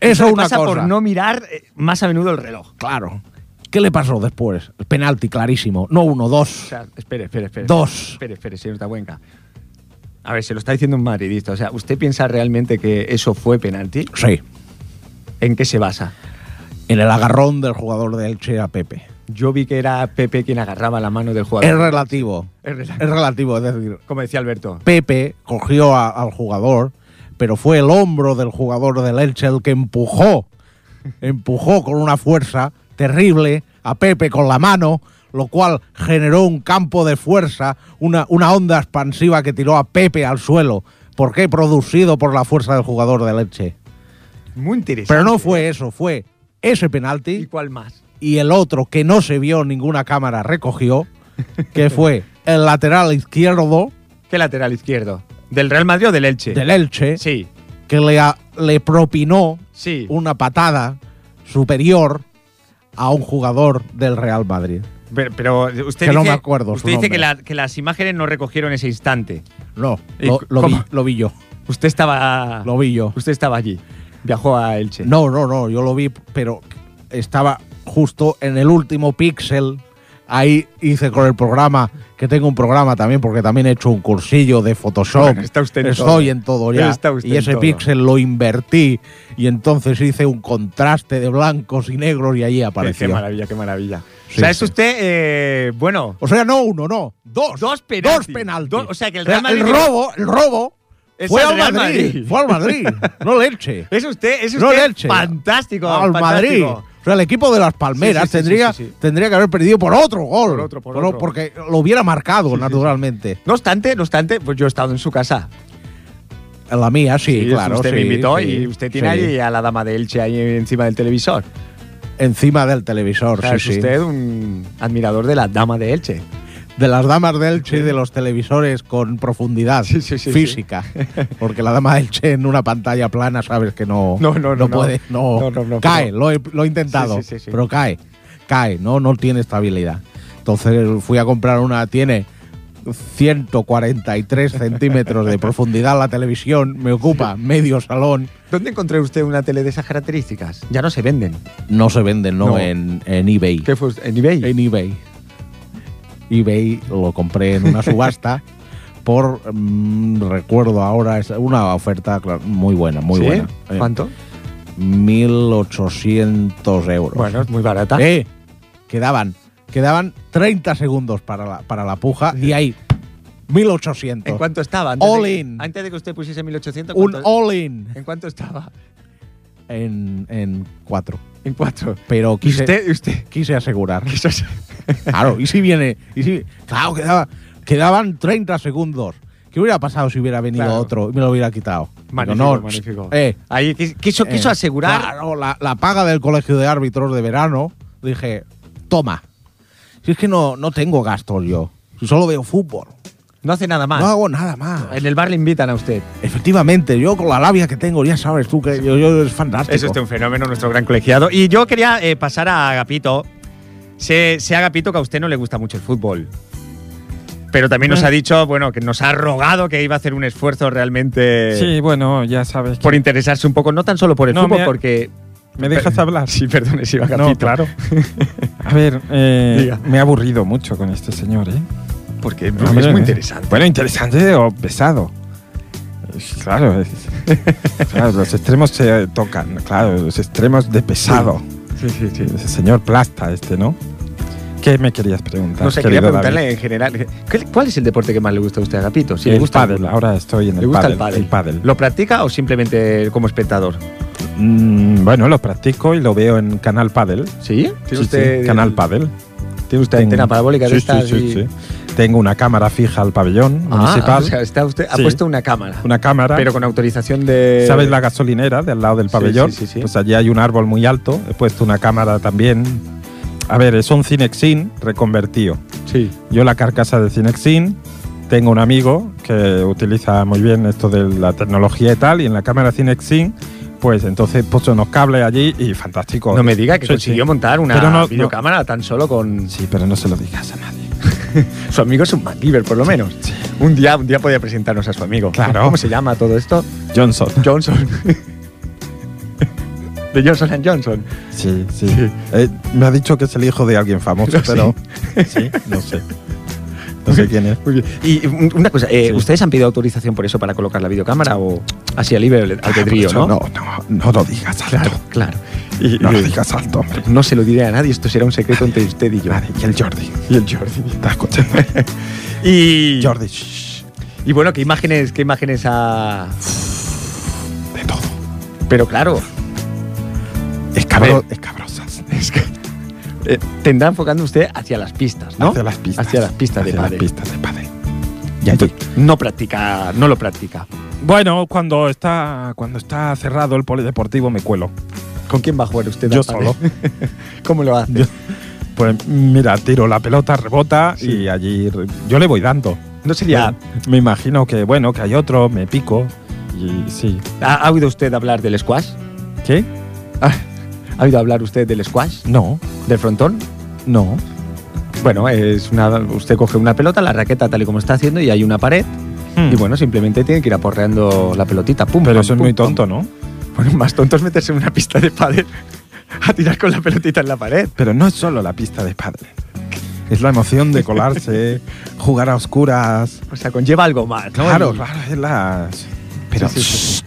Speaker 4: Eso es una
Speaker 1: pasa
Speaker 4: cosa.
Speaker 1: por no mirar eh, más a menudo el reloj.
Speaker 4: Claro. ¿Qué le pasó después? El penalti clarísimo. No uno,
Speaker 1: O
Speaker 4: dos.
Speaker 1: sea, espere, espere, espere.
Speaker 4: Dos.
Speaker 1: Espere, espere, señor Tabuenca. A ver, se lo está diciendo un madridista. O sea, ¿usted piensa realmente que eso fue penalti?
Speaker 4: Sí.
Speaker 1: ¿En qué se basa?
Speaker 4: En el agarrón del jugador de Elche a Pepe.
Speaker 1: Yo vi que era Pepe quien agarraba la mano del
Speaker 4: Es
Speaker 1: jugador.
Speaker 4: relativo.
Speaker 1: Es relativo.
Speaker 4: Es relativo. Es decir,
Speaker 1: Como decía Alberto.
Speaker 4: Pepe cogió a- al jugador, pero fue el hombro del jugador del Elche el que empujó, empujó con una fuerza terrible a Pepe con la mano, lo cual generó un campo de fuerza, una, una onda expansiva que tiró a Pepe al suelo. ¿Por qué? Producido por la fuerza del jugador del Elche.
Speaker 1: Muy interesante.
Speaker 4: Pero no fue eso, fue ese
Speaker 1: ¿Y
Speaker 4: penalti
Speaker 1: cuál más?
Speaker 4: y el otro que no se vio, ninguna cámara recogió, que fue el lateral izquierdo
Speaker 1: ¿Qué lateral izquierdo? ¿Del Real Madrid o del Elche?
Speaker 4: del Elche.
Speaker 1: Sí,
Speaker 4: que le, a- le propinó
Speaker 1: sí.
Speaker 4: una patada superior a un jugador del Real Madrid.
Speaker 1: Pero, pero usted
Speaker 4: Que no
Speaker 1: dice,
Speaker 4: me acuerdo su
Speaker 1: usted dice
Speaker 4: nombre.
Speaker 1: que, la- que las imágenes no recogieron ese instante.
Speaker 4: No,
Speaker 1: ¿Y
Speaker 4: lo, lo vi,
Speaker 1: cómo? Ah.
Speaker 4: lo vi yo.
Speaker 1: Usted estaba.
Speaker 4: Lo vi yo.
Speaker 1: Usted estaba allí. Viajó a Elche.
Speaker 4: No, no, no, yo lo vi, pero estaba justo en el último píxel. Ahí hice con el programa, que tengo un programa también, porque también he hecho un cursillo de Photoshop.
Speaker 1: Bueno, está usted en
Speaker 4: Estoy
Speaker 1: todo.
Speaker 4: en todo ya.
Speaker 1: Está usted
Speaker 4: y
Speaker 1: en
Speaker 4: ese
Speaker 1: todo.
Speaker 4: píxel lo invertí y entonces hice un contraste de blancos y negros y ahí
Speaker 1: Qué,
Speaker 4: apareció.
Speaker 1: qué maravilla, qué maravilla.
Speaker 4: Sí,
Speaker 1: o sea, es
Speaker 4: sí.
Speaker 1: usted, eh, bueno,
Speaker 4: O sea, no uno, no. Dos.
Speaker 1: Dos penaltis.
Speaker 4: Dos penaltis.
Speaker 1: Do- o sea, que el Real
Speaker 4: El
Speaker 1: Madrid-
Speaker 4: robo, el robo.
Speaker 1: Es
Speaker 4: fue
Speaker 1: el
Speaker 4: al
Speaker 1: Real
Speaker 4: Madrid.
Speaker 1: Madrid.
Speaker 4: Fue
Speaker 1: [laughs]
Speaker 4: al Madrid. no leche.
Speaker 1: es usted, es
Speaker 4: No
Speaker 1: usted
Speaker 4: leche.
Speaker 1: fantástico.
Speaker 4: Al Madrid.
Speaker 1: fantástico.
Speaker 4: O sea, el equipo de las Palmeras
Speaker 1: Sí, sí, sí,
Speaker 4: tendría,
Speaker 1: sí, sí, sí.
Speaker 4: tendría que haber perdido por otro gol.
Speaker 1: Por otro, por otro.
Speaker 4: Porque lo hubiera marcado, naturalmente.
Speaker 1: No obstante, no obstante, pues yo he estado en su casa.
Speaker 4: En la mía, sí,
Speaker 1: Y
Speaker 4: claro.
Speaker 1: Usted
Speaker 4: sí,
Speaker 1: me invitó
Speaker 4: sí,
Speaker 1: y usted tiene
Speaker 4: sí.
Speaker 1: ahí a la dama de Elche ahí encima del televisor.
Speaker 4: Encima del
Speaker 1: O
Speaker 4: televisor,
Speaker 1: sea,
Speaker 4: sí,
Speaker 1: es
Speaker 4: sí.
Speaker 1: usted un admirador de la dama de Elche.
Speaker 4: De las damas del Che y de los televisores con profundidad
Speaker 1: Sí, sí, sí,
Speaker 4: física. Porque la dama del Che en una pantalla plana sabes que no,
Speaker 1: No, no, no, no.
Speaker 4: puede. No,
Speaker 1: No, no, no,
Speaker 4: cae,
Speaker 1: pero-
Speaker 4: lo, he, lo he intentado,
Speaker 1: Sí, sí, sí, sí.
Speaker 4: pero cae. Cae, no, no tiene estabilidad. Entonces fui a comprar una, tiene 143 centímetros de profundidad la televisión, me ocupa medio salón.
Speaker 6: ¿Dónde encontré usted una tele de esas características? Ya no se venden.
Speaker 7: No se venden, ¿no?
Speaker 6: No.
Speaker 7: En, en eBay.
Speaker 6: ¿Qué fue? ¿En eBay?
Speaker 7: En eBay.
Speaker 4: eBay lo compré
Speaker 6: [laughs]
Speaker 4: en una subasta por, mm, recuerdo ahora, es una oferta claro, muy buena, muy
Speaker 6: ¿Sí?
Speaker 4: buena. Eh,
Speaker 6: ¿Cuánto?
Speaker 4: 1.800 euros.
Speaker 6: Bueno, es muy barata.
Speaker 4: Eh, quedaban, quedaban 30 segundos para la, para la puja y ahí, 1.800.
Speaker 6: ¿En cuánto estaba? Antes
Speaker 4: All
Speaker 6: de, que-
Speaker 4: in.
Speaker 6: Antes de que usted pusiese 1800.
Speaker 4: Un
Speaker 6: ¿cuánto-
Speaker 4: all-in
Speaker 6: ¿En cuánto estaba?
Speaker 4: en, en cuatro.
Speaker 6: En cuatro.
Speaker 4: Pero
Speaker 6: ¿Y
Speaker 4: quise,
Speaker 6: usted? usted?
Speaker 4: quise
Speaker 6: [laughs]
Speaker 4: asegurar.
Speaker 6: Quizás.
Speaker 4: Claro, y si viene. Y si, claro, quedaba, quedaban 30 segundos. ¿Qué hubiera pasado si hubiera venido
Speaker 6: Claro.
Speaker 4: otro y me lo hubiera quitado?
Speaker 6: Magnífico,
Speaker 4: Digo, no,
Speaker 6: magnífico.
Speaker 4: eh,
Speaker 6: Ahí quis- quiso, quiso
Speaker 4: eh,
Speaker 6: asegurar.
Speaker 4: Claro, la, la paga del colegio de árbitros de verano. Dije, toma. Si es que no, no tengo gastos yo. Si solo veo fútbol.
Speaker 6: No hace nada
Speaker 1: Ah.
Speaker 6: más.
Speaker 4: No hago nada más.
Speaker 6: En el bar le invitan a usted.
Speaker 4: Efectivamente, yo con la labia que tengo, ya sabes tú que yo, yo es fantástico.
Speaker 1: Es usted
Speaker 6: este
Speaker 1: un fenómeno, nuestro gran colegiado. Y yo quería eh, pasar a Agapito. Sé, sé, Agapito, que a usted no le gusta mucho el fútbol. Pero también
Speaker 6: Mm.
Speaker 1: nos ha dicho, bueno, que nos ha rogado que iba a hacer un esfuerzo realmente
Speaker 3: Sí, bueno, ya sabes. que-
Speaker 1: Eh, por interesarse un poco, no tan solo por el
Speaker 3: No,
Speaker 1: fútbol,
Speaker 3: me ha-
Speaker 1: porque.
Speaker 3: ¿Me dejas hablar?
Speaker 1: Sí, perdone, sí, Agapito.
Speaker 3: No, claro. [laughs] A ver, eh,
Speaker 1: Diga.
Speaker 3: me he aburrido mucho con este señor, ¿eh?
Speaker 1: Porque
Speaker 3: Hombre,
Speaker 1: es muy
Speaker 3: eh.
Speaker 1: interesante.
Speaker 3: Bueno, interesante o pesado. Es-
Speaker 1: [laughs]
Speaker 3: Claro, es- claro, los extremos se tocan, claro, los extremos de pesado.
Speaker 1: Sí, sí, sí.
Speaker 3: Ese señor plasta este, ¿no? ¿Qué me querías preguntar?
Speaker 1: No sé, quería
Speaker 3: querido
Speaker 1: preguntarle
Speaker 3: David?
Speaker 1: en general. ¿qué- ¿Cuál es el deporte que más le gusta a usted, Agapito? Si
Speaker 3: el
Speaker 1: le gusta el
Speaker 3: pádel,
Speaker 1: fútbol.
Speaker 3: ahora estoy en
Speaker 1: ¿Le
Speaker 3: el
Speaker 1: gusta el
Speaker 3: pádel.
Speaker 1: pádel?
Speaker 3: el pádel.
Speaker 1: ¿Lo practica o simplemente como espectador?
Speaker 3: Mm, bueno, lo practico y lo veo en Canal Pádel.
Speaker 1: ¿Sí?
Speaker 3: Sí, sí, Canal Pádel.
Speaker 1: ¿Tiene usted
Speaker 3: Tengo-
Speaker 1: antena parabólica
Speaker 3: Sí,
Speaker 1: de estas?
Speaker 3: sí, sí,
Speaker 1: y-
Speaker 3: sí. Tengo una cámara fija al pabellón
Speaker 1: Ah,
Speaker 3: municipal.
Speaker 1: o sea, está usted, ha
Speaker 3: Sí.
Speaker 1: puesto una cámara,
Speaker 3: una cámara.
Speaker 1: pero con autorización de...
Speaker 3: ¿Sabes la gasolinera de al lado del
Speaker 1: Sí,
Speaker 3: pabellón?
Speaker 1: sí, sí, sí.
Speaker 3: Pues allí hay un árbol muy alto. He puesto una cámara también. A ver, es un Cinexin reconvertido.
Speaker 1: Sí.
Speaker 3: Yo la carcasa de Cinexin. Tengo un amigo que utiliza muy bien esto de la tecnología y tal. Y en la cámara Cinexin, pues entonces puso unos cables allí y fantástico.
Speaker 1: No me diga que
Speaker 3: Sí,
Speaker 1: consiguió
Speaker 3: sí.
Speaker 1: montar una
Speaker 3: Pero no- no-
Speaker 1: videocámara tan solo con...
Speaker 3: Sí, pero no se lo digas a nadie.
Speaker 1: Su amigo es un MacGyver, por lo menos.
Speaker 3: Sí.
Speaker 1: Un día, un día podía presentarnos a su amigo.
Speaker 3: Claro.
Speaker 1: ¿Cómo se llama todo esto?
Speaker 3: Johnson. [laughs]
Speaker 1: Johnson. de Johnson and Johnson.
Speaker 3: Sí, sí. Eh, me ha dicho que es el hijo de alguien famoso,
Speaker 1: No sé.
Speaker 3: pero. Sí, no sé. No sé quién es.
Speaker 1: Muy bien. Y un- una cosa, eh,
Speaker 3: Sí.
Speaker 1: ¿ustedes han pedido autorización por eso para colocar la videocámara o así [laughs] al libre albedrío,
Speaker 3: Ah,
Speaker 1: no?
Speaker 3: Eso No, no, no lo digas alto.
Speaker 1: Claro, claro.
Speaker 3: Y no lo digas alto, hombre.
Speaker 1: No se lo diré a nadie, esto será un secreto entre usted y yo.
Speaker 3: Nadie. Y el Jordi. Y el Jordi. Está escuchando.
Speaker 1: [laughs] Y...
Speaker 3: Jordi, shh,
Speaker 1: Y bueno, ¿qué imágenes, qué imágenes ha...?
Speaker 3: de todo.
Speaker 1: Pero claro, A
Speaker 3: Escabro, escabrosas.
Speaker 1: eh, tendrá enfocando usted hacia las pistas, ¿no?
Speaker 3: Hacia las pistas.
Speaker 1: Hacia las pistas de
Speaker 3: Hacia
Speaker 1: pádel.
Speaker 3: las pistas de pádel. Y allí.
Speaker 1: No practica, no lo practica.
Speaker 3: Bueno, cuando está, cuando está cerrado el polideportivo me cuelo.
Speaker 1: ¿Con quién va a jugar usted?
Speaker 3: Yo
Speaker 1: al pádel?
Speaker 3: solo.
Speaker 1: [laughs] ¿Cómo lo hace?
Speaker 3: Yo- Pues mira, tiro la pelota, rebota
Speaker 1: Sí.
Speaker 3: y allí re- yo le voy dando.
Speaker 1: No sería...
Speaker 3: Me imagino que, bueno, que hay otro, me pico y sí.
Speaker 1: ¿Ha, ha oído usted hablar del squash?
Speaker 3: ¿Qué? Ah.
Speaker 1: ¿Ha oído hablar usted del squash?
Speaker 3: No,
Speaker 1: ¿Del frontón?
Speaker 3: no.
Speaker 1: Bueno, es una, usted coge una pelota, la raqueta tal y como está haciendo y hay una pared y bueno, simplemente tiene que ir aporreando la pelotita. Pum,
Speaker 3: Pero
Speaker 1: pam,
Speaker 3: eso es
Speaker 1: pum,
Speaker 3: muy
Speaker 1: pam.
Speaker 3: tonto, ¿no?
Speaker 1: Bueno, más tonto es meterse en una pista de pádel a tirar con la pelotita en la pared.
Speaker 3: Pero no es solo la pista de padre. Es la emoción
Speaker 1: [laughs]
Speaker 3: de colarse, jugar a oscuras.
Speaker 1: O sea, conlleva algo más, ¿no?
Speaker 3: Claro,
Speaker 1: El-
Speaker 3: claro, es la. Pero.
Speaker 1: Sí, sí,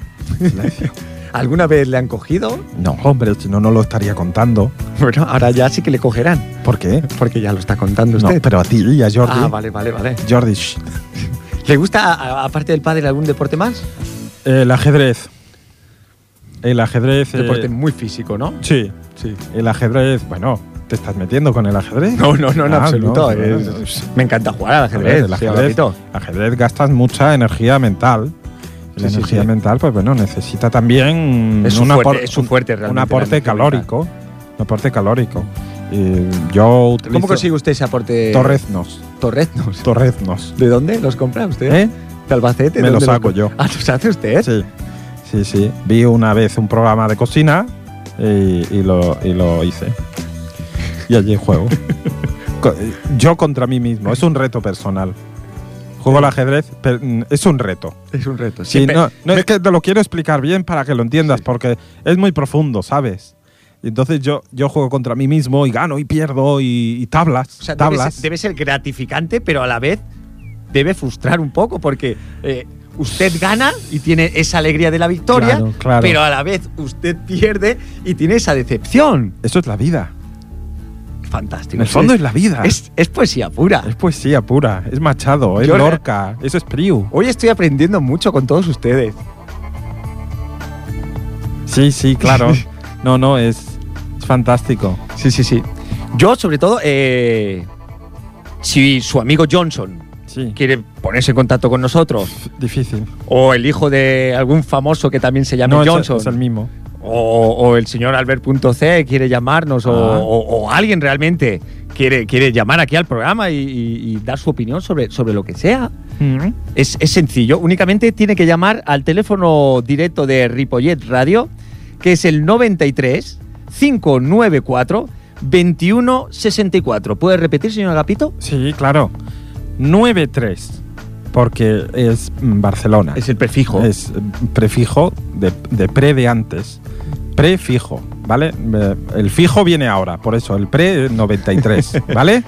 Speaker 1: [laughs]
Speaker 3: shh, silencio.
Speaker 1: ¿Alguna vez le han cogido?
Speaker 3: No, hombre, si no, no lo estaría contando.
Speaker 1: Bueno, ahora ya sí que le cogerán,
Speaker 3: ¿Por qué?
Speaker 1: porque ya lo está contando
Speaker 3: No,
Speaker 1: usted.
Speaker 3: pero a ti y a Jordi.
Speaker 1: ah, vale, vale, vale.
Speaker 3: Jordi, shh.
Speaker 1: ¿Le gusta, a- a- aparte del pádel, algún deporte más?
Speaker 3: El ajedrez. El ajedrez. eh,
Speaker 1: Deporte muy físico, ¿no?
Speaker 3: Sí,
Speaker 1: Sí.
Speaker 3: el ajedrez. Bueno, ¿te estás metiendo con el ajedrez?
Speaker 1: No, no, no, en
Speaker 3: Ah,
Speaker 1: absoluto.
Speaker 3: no, no,
Speaker 1: es-
Speaker 3: no, no.
Speaker 1: Me encanta jugar al ajedrez,
Speaker 3: el
Speaker 1: sí,
Speaker 3: ajedrez,
Speaker 1: Agapito.
Speaker 3: ajedrez gastas mucha energía mental. Y La
Speaker 1: Sí, sí,
Speaker 3: energía
Speaker 1: sí.
Speaker 3: mental, pues bueno, necesita también
Speaker 1: Es un
Speaker 3: apor-
Speaker 1: fuerte- es un fuerte realmente, la
Speaker 3: aporte
Speaker 1: energía
Speaker 3: calórico. Un aporte calórico. Y yo utilizo
Speaker 1: ¿Cómo consigue usted ese aporte? [laughs]
Speaker 3: torreznos.
Speaker 1: Torreznos.
Speaker 3: Torreznos.
Speaker 1: ¿De dónde los compra usted?
Speaker 3: ¿Eh?
Speaker 1: ¿De Albacete?
Speaker 3: Me
Speaker 1: ¿De
Speaker 3: los
Speaker 1: dónde
Speaker 3: hago yo.
Speaker 1: Ah, ¿los hace usted?
Speaker 3: Sí, sí, sí. Vi una vez un programa de cocina y, y lo, y lo hice.
Speaker 1: [laughs]
Speaker 3: Y allí juego. Co- yo contra mí mismo. Es un reto personal. Juego al ajedrez pero, mm, es un reto.
Speaker 1: Es un reto.
Speaker 3: Sí,
Speaker 1: Siempre-
Speaker 3: no, no, es que te lo quiero explicar bien para que lo entiendas, porque es muy profundo, ¿sabes? Y entonces yo, yo juego contra mí mismo y gano y pierdo y, y tablas.
Speaker 1: O sea, debe
Speaker 3: tablas.
Speaker 1: ser, debe ser gratificante, pero a la vez debe frustrar un poco, porque eh, usted gana y tiene esa alegría de la victoria,
Speaker 3: Claro, claro.
Speaker 1: pero a la vez usted pierde y tiene esa decepción.
Speaker 3: Eso es la vida.
Speaker 1: Fantástico.
Speaker 3: En el fondo es,
Speaker 1: es,
Speaker 3: la vida. Es,
Speaker 1: es- es poesía pura.
Speaker 3: poesía pura, es Machado, es
Speaker 1: Yo-
Speaker 3: Lorca, eso es Priu.
Speaker 1: Hoy estoy aprendiendo mucho con todos ustedes.
Speaker 3: Sí,
Speaker 1: [laughs]
Speaker 3: sí, claro. no, no, es, es fantástico.
Speaker 1: Sí, sí, sí. Yo, sobre todo, eh, si su amigo Johnson
Speaker 3: Sí,
Speaker 1: quiere ponerse en contacto con nosotros,
Speaker 3: difícil.
Speaker 1: o el hijo de algún famoso que también se llama
Speaker 3: No, es el-
Speaker 1: Johnson,
Speaker 3: es el mismo.
Speaker 1: o, o el señor Albert.c quiere llamarnos, o,
Speaker 3: Ah.
Speaker 1: o- o alguien realmente quiere, quiere llamar aquí al programa y, y- y dar su opinión sobre, sobre lo que sea. Mm. Es, es sencillo, únicamente tiene que llamar al teléfono directo de Ripollet Radio, que es el 93 594 2164. ¿Puede repetir, señor Agapito?
Speaker 3: Sí, claro. 9-3, porque es mm, Barcelona.
Speaker 1: Es el prefijo.
Speaker 3: Es mm, prefijo de, de pre de antes. Prefijo, ¿vale? Eh, El fijo viene ahora, por eso el pre
Speaker 1: [laughs]
Speaker 3: es 93, ¿vale?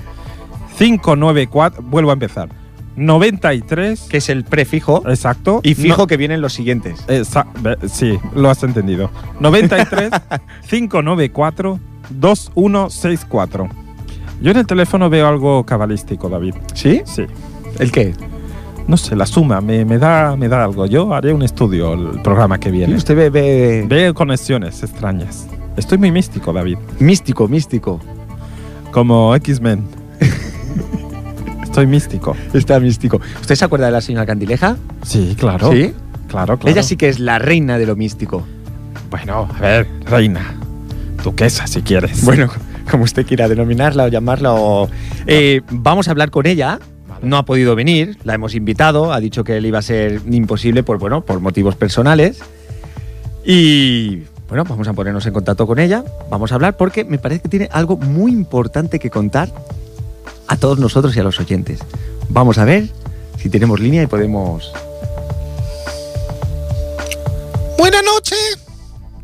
Speaker 3: 594, vuelvo a empezar. 93,
Speaker 1: que es el prefijo.
Speaker 3: exacto.
Speaker 1: Y fijo
Speaker 3: no-
Speaker 1: que vienen los siguientes.
Speaker 3: Esa- ve- sí, lo has entendido.
Speaker 1: [laughs]
Speaker 3: 93 594 2164. Yo en el teléfono veo algo cabalístico, David.
Speaker 1: ¿Sí?
Speaker 3: Sí.
Speaker 1: ¿El qué?
Speaker 3: No sé, la suma me, me da, me da algo. Yo haré un estudio el programa que viene.
Speaker 1: Usted ve, ve-
Speaker 3: Veo conexiones extrañas. Estoy muy místico, David.
Speaker 1: místico, místico. [laughs]
Speaker 3: Como X-Men. Estoy místico.
Speaker 1: Está místico. ¿Usted se acuerda de la señora Candileja?
Speaker 3: Sí, claro.
Speaker 1: ¿Sí?
Speaker 3: Claro, claro.
Speaker 1: Ella sí que es la reina de lo místico.
Speaker 3: Bueno, a ver, reina. Duquesa, si
Speaker 1: [laughs]
Speaker 3: quieres.
Speaker 1: Bueno, como usted quiera denominarla o llamarla o... Eh, vamos a hablar con ella. No ha podido venir, la hemos invitado, ha dicho que le iba a ser imposible por, bueno, por motivos personales. Y bueno, vamos a ponernos en contacto con ella, vamos a hablar porque me parece que tiene algo muy importante que contar a todos nosotros y a los oyentes. Vamos a ver si tenemos línea y podemos...
Speaker 8: Buenas noches,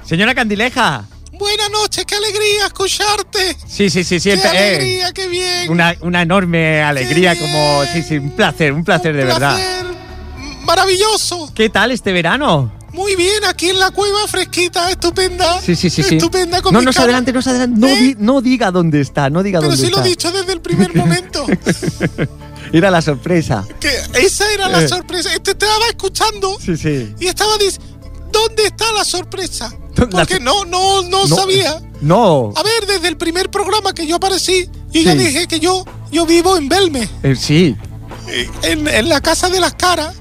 Speaker 1: Señora Candileja.
Speaker 8: buenas noches, qué alegría escucharte.
Speaker 1: Sí, sí, sí, sí.
Speaker 8: qué
Speaker 1: eh,
Speaker 8: alegría, qué bien.
Speaker 1: una, una enorme alegría,
Speaker 8: Qué
Speaker 1: como...
Speaker 8: bien.
Speaker 1: Sí, sí, un placer, un placer
Speaker 8: Un
Speaker 1: de verdad.
Speaker 8: placer Maravilloso.
Speaker 1: ¿Qué tal este verano?
Speaker 8: Muy bien, aquí en la cueva fresquita, estupenda.
Speaker 1: Sí, sí, sí, sí.
Speaker 8: Estupenda con
Speaker 1: No,
Speaker 8: mi
Speaker 1: no se
Speaker 8: cama.
Speaker 1: adelante, no se adelante. No,
Speaker 8: ¿Eh?
Speaker 1: di- no diga dónde está, no diga
Speaker 8: Pero
Speaker 1: dónde
Speaker 8: si
Speaker 1: está.
Speaker 8: lo he dicho desde el
Speaker 1: [laughs]
Speaker 8: primer momento.
Speaker 1: Era la sorpresa.
Speaker 8: que esa era
Speaker 1: Eh.
Speaker 8: la sorpresa. Este, Te estaba escuchando
Speaker 1: Sí, sí.
Speaker 8: y estaba diciendo, ¿dónde está la sorpresa?
Speaker 1: La
Speaker 8: Porque
Speaker 1: sor-
Speaker 8: no, no, no,
Speaker 1: No. eh,
Speaker 8: sabía.
Speaker 1: No,
Speaker 8: A ver, desde el primer programa que yo aparecí, yo ya
Speaker 1: Sí.
Speaker 8: dije que yo, yo vivo en Belme,
Speaker 1: eh, sí.
Speaker 8: en, en la casa de las caras.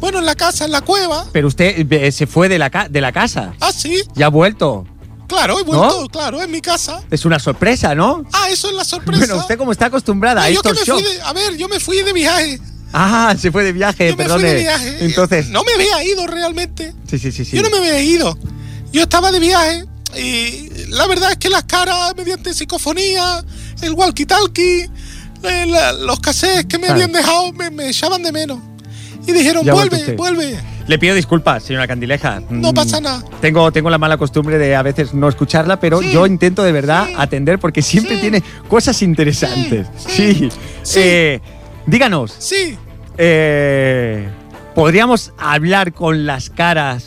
Speaker 8: Bueno, en la casa, en la cueva.
Speaker 1: Pero usted eh, se fue de la, ca- de la casa.
Speaker 8: Ah, sí,
Speaker 1: Ya ha vuelto.
Speaker 8: claro, he vuelto, claro, en mi casa.
Speaker 1: Es una sorpresa, ¿no?
Speaker 8: Ah, eso es la sorpresa.
Speaker 1: Bueno, usted como está acostumbrada a
Speaker 8: Ah, yo que
Speaker 1: estos
Speaker 8: me fui
Speaker 1: shocks.
Speaker 8: de, a ver, yo me fui de viaje.
Speaker 1: Ah, se fue de viaje,
Speaker 8: yo me fui
Speaker 1: perdone.
Speaker 8: de viaje.
Speaker 1: Entonces.
Speaker 8: No me había ido realmente.
Speaker 1: Sí, sí, sí, sí.
Speaker 8: Yo no me había ido. Yo estaba de viaje y la verdad es que las caras mediante psicofonía, el walkie-talkie, eh, la- los cassettes que me
Speaker 1: Ah.
Speaker 8: habían dejado me, me echaban de menos. Y dijeron,
Speaker 1: Ya ha vuelto
Speaker 8: vuelve,
Speaker 1: usted".
Speaker 8: vuelve,
Speaker 1: Le pido disculpas, señora Candileja.
Speaker 8: no
Speaker 1: Mm,
Speaker 8: pasa nada.
Speaker 1: Tengo, tengo la mala costumbre de a veces no escucharla, pero
Speaker 8: Sí.
Speaker 1: yo intento de verdad
Speaker 8: Sí.
Speaker 1: atender porque siempre
Speaker 8: Sí.
Speaker 1: tiene cosas interesantes. Sí.
Speaker 8: Sí. Sí.
Speaker 1: Eh, díganos,
Speaker 8: Sí,
Speaker 1: eh, ¿podríamos hablar con las caras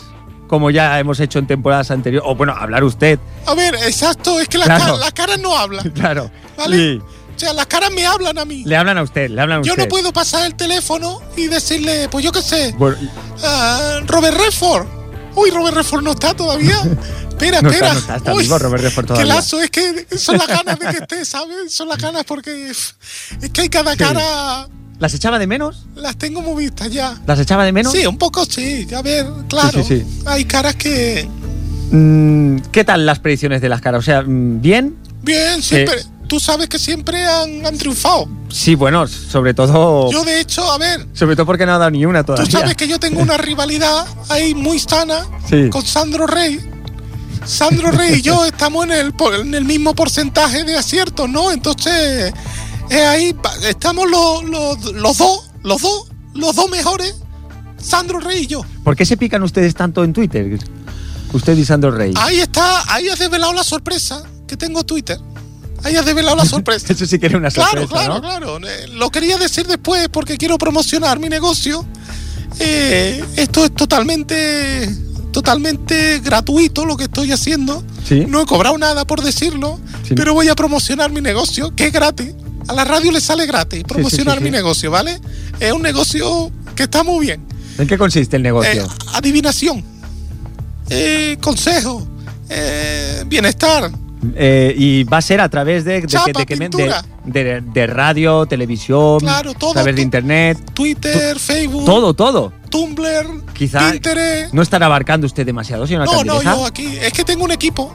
Speaker 1: como ya hemos hecho en temporadas anteriores? O bueno, hablar
Speaker 8: [laughs]
Speaker 1: usted,
Speaker 8: a ver, exacto, es que las,
Speaker 1: Claro.
Speaker 8: caras, las caras no hablan.
Speaker 1: claro.
Speaker 8: Vale.
Speaker 1: Y
Speaker 8: O sea, las caras me hablan a mí.
Speaker 1: le hablan a usted, le hablan a
Speaker 8: Yo
Speaker 1: usted.
Speaker 8: no puedo pasar el teléfono y decirle, pues yo qué sé,
Speaker 1: Bueno,
Speaker 8: ah, Robert Redford. Uy, Robert Redford no está
Speaker 1: [laughs]
Speaker 8: todavía. Espera,
Speaker 1: no está,
Speaker 8: espera.
Speaker 1: no está, está
Speaker 8: Uy,
Speaker 1: vivo Robert Redford
Speaker 8: Qué
Speaker 1: todavía.
Speaker 8: lazo, es que son las ganas de que esté, ¿sabes? Son las ganas porque es que hay cada cara,
Speaker 1: ¿Las echaba de menos?
Speaker 8: las tengo muy vistas ya.
Speaker 1: ¿Las echaba de menos?
Speaker 8: Sí, un poco sí, a ver, claro.
Speaker 1: Sí, sí,
Speaker 8: Hay caras que.
Speaker 1: Mm, ¿Qué tal las predicciones de las caras? O sea, mm, ¿bien?
Speaker 8: Bien, siempre.
Speaker 1: Eh.
Speaker 8: Tú sabes que siempre han, han triunfado.
Speaker 1: Sí, bueno, sobre todo.
Speaker 8: Yo, de hecho, a ver,
Speaker 1: Sobre todo porque no ha dado ni una todavía.
Speaker 8: tú sabes que yo tengo una rivalidad ahí muy sana
Speaker 1: [laughs] Sí.
Speaker 8: con Sandro Rey. Sandro Rey y yo estamos en el, por- en el mismo porcentaje de aciertos, ¿no? Entonces, eh, ahí va- estamos los, los, los dos, los dos los dos mejores, Sandro Rey y yo.
Speaker 1: ¿Por qué se pican ustedes tanto en Twitter? Usted y Sandro Rey.
Speaker 8: Ahí está, ahí has desvelado la sorpresa que tengo en Twitter. Ahí has desvelado
Speaker 4: [laughs]
Speaker 8: la sorpresa.
Speaker 1: Eso sí que era una sorpresa,
Speaker 8: claro, claro,
Speaker 1: ¿no?
Speaker 8: claro. Eh, Lo quería decir después porque quiero promocionar mi negocio. Eh, esto es totalmente, totalmente gratuito lo que estoy haciendo.
Speaker 1: Sí.
Speaker 8: No he cobrado nada por decirlo,
Speaker 1: Sí.
Speaker 8: pero voy a promocionar mi negocio, que es gratis. A la radio le sale gratis promocionar
Speaker 1: sí,
Speaker 8: mi
Speaker 1: sí.
Speaker 8: negocio, ¿vale? Es un negocio que está muy bien.
Speaker 1: ¿En qué consiste el negocio?
Speaker 8: Eh, adivinación, eh, consejo, eh, bienestar.
Speaker 1: Eh, y va a ser a través de, de,
Speaker 8: Chapa,
Speaker 1: que- de que- de-
Speaker 8: pintura.
Speaker 1: de- de radio, televisión,
Speaker 8: Claro, todo,
Speaker 1: a través de
Speaker 8: to-
Speaker 1: internet,
Speaker 8: Twitter, Facebook,
Speaker 1: todo, todo.
Speaker 8: Tumblr,
Speaker 1: Quizá-
Speaker 8: Pinterest.
Speaker 1: No estará abarcando usted demasiado, señora
Speaker 8: No, no,
Speaker 1: Candileja?
Speaker 8: yo aquí. Es que tengo un equipo.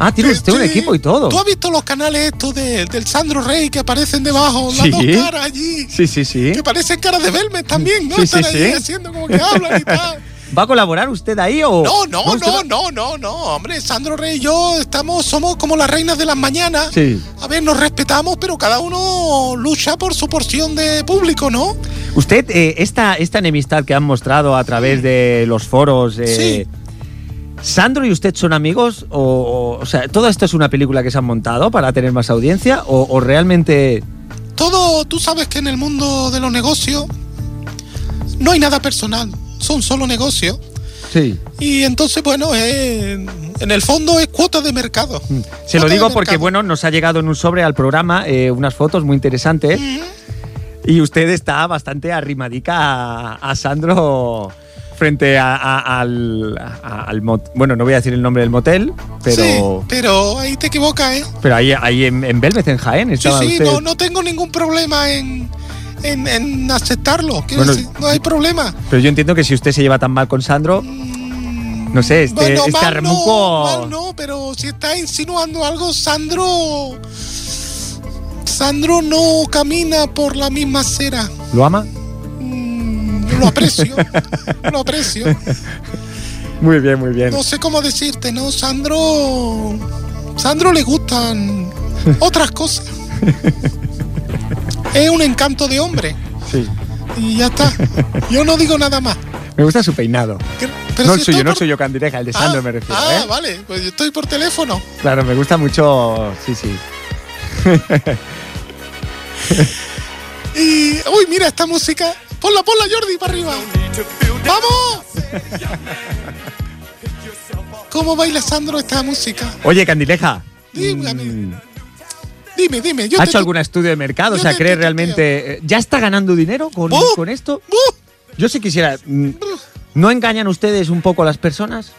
Speaker 1: Ah, tiene usted un
Speaker 8: Sí.
Speaker 1: equipo y todo.
Speaker 8: ¿Tú has visto los canales estos de- del Sandro Rey que aparecen debajo? Las
Speaker 1: Sí.
Speaker 8: dos caras allí.
Speaker 1: Sí, sí, sí.
Speaker 8: Que parecen caras de Belmes también, ¿no?
Speaker 1: Sí,
Speaker 8: Están
Speaker 1: sí,
Speaker 8: ahí
Speaker 1: sí.
Speaker 8: haciendo como que hablan
Speaker 1: [laughs]
Speaker 8: y tal.
Speaker 1: ¿Va a colaborar usted ahí o.?
Speaker 8: No, no,
Speaker 1: usted va-
Speaker 8: no, no, no, no. Hombre, Sandro Rey y yo estamos, somos como las reinas de las mañanas.
Speaker 1: Sí.
Speaker 8: A ver, nos respetamos, pero cada uno lucha por su porción de público, ¿no?
Speaker 1: Usted, eh, esta, esta enemistad que han mostrado a través de los foros. eh, ¿Sandro y usted son amigos? O, o- o sea, ¿todo esto es una película que se han montado para tener más audiencia? ¿O, o realmente.?
Speaker 8: Todo, tú sabes que en el mundo de los negocios no hay nada personal, son solo negocios.
Speaker 1: Sí.
Speaker 8: Y entonces, bueno, eh, en el fondo es cuota de mercado.
Speaker 1: Se lo
Speaker 8: Cuota de
Speaker 1: digo porque,
Speaker 8: mercado.
Speaker 1: bueno, nos ha llegado en un sobre al programa eh, unas fotos muy interesantes. Y usted está bastante arrimadica a, a Sandro frente a- a- al, a- al mot- Bueno, no voy a decir el nombre del motel, pero.
Speaker 8: Sí, pero ahí te equivocas, ¿eh?
Speaker 1: Pero ahí, ahí en, en Belmez, en Jaén,
Speaker 8: Sí,
Speaker 1: estaba
Speaker 8: sí,
Speaker 1: usted.
Speaker 8: no, no tengo ningún problema en, en- en aceptarlo. Quiero
Speaker 1: Bueno,
Speaker 8: decir, no hay problema.
Speaker 1: Pero yo entiendo que si usted se lleva tan mal con Sandro, no sé, este,
Speaker 8: Bueno,
Speaker 1: este
Speaker 8: mal no,
Speaker 1: armuco.
Speaker 8: mal no, pero si está insinuando algo, Sandro. Sandro no camina por la misma acera.
Speaker 1: ¿Lo ama?
Speaker 8: Mm, Lo aprecio, lo aprecio.
Speaker 1: Muy bien, muy bien.
Speaker 8: No sé cómo decirte, ¿no? Sandro. Sandro le gustan otras cosas. Es un encanto de hombre.
Speaker 1: Sí.
Speaker 8: Y ya está. Yo no digo nada más.
Speaker 1: Me gusta su peinado.
Speaker 8: Que- pero
Speaker 1: no
Speaker 8: si
Speaker 1: el suyo,
Speaker 8: estoy
Speaker 1: no el
Speaker 8: por-
Speaker 1: suyo Candileja, el de
Speaker 8: Ah,
Speaker 1: Sandro me refiero,
Speaker 8: Ah,
Speaker 1: ¿eh?
Speaker 8: vale. Pues yo estoy por teléfono.
Speaker 1: Claro, me gusta mucho. Sí, sí.
Speaker 8: Y. Uy, mira esta música. Ponla, ponla, Jordi, para arriba. ¡Vamos! ¿Cómo baila Sandro esta música?
Speaker 1: Oye, Candileja.
Speaker 8: Dígame.
Speaker 1: mm,
Speaker 8: Dime, dime. Yo
Speaker 1: ¿Ha
Speaker 8: te-
Speaker 1: hecho algún estudio de mercado? O
Speaker 8: yo
Speaker 1: sea,
Speaker 8: te
Speaker 1: ¿cree
Speaker 8: tuiteo.
Speaker 1: realmente. eh, ¿Ya está ganando dinero con,
Speaker 8: ¡Oh!
Speaker 1: con esto?
Speaker 8: ¡Uh!
Speaker 1: Yo sí quisiera. mm,
Speaker 8: ¡Oh!
Speaker 1: ¿No engañan ustedes un poco a las
Speaker 8: [laughs]
Speaker 1: personas?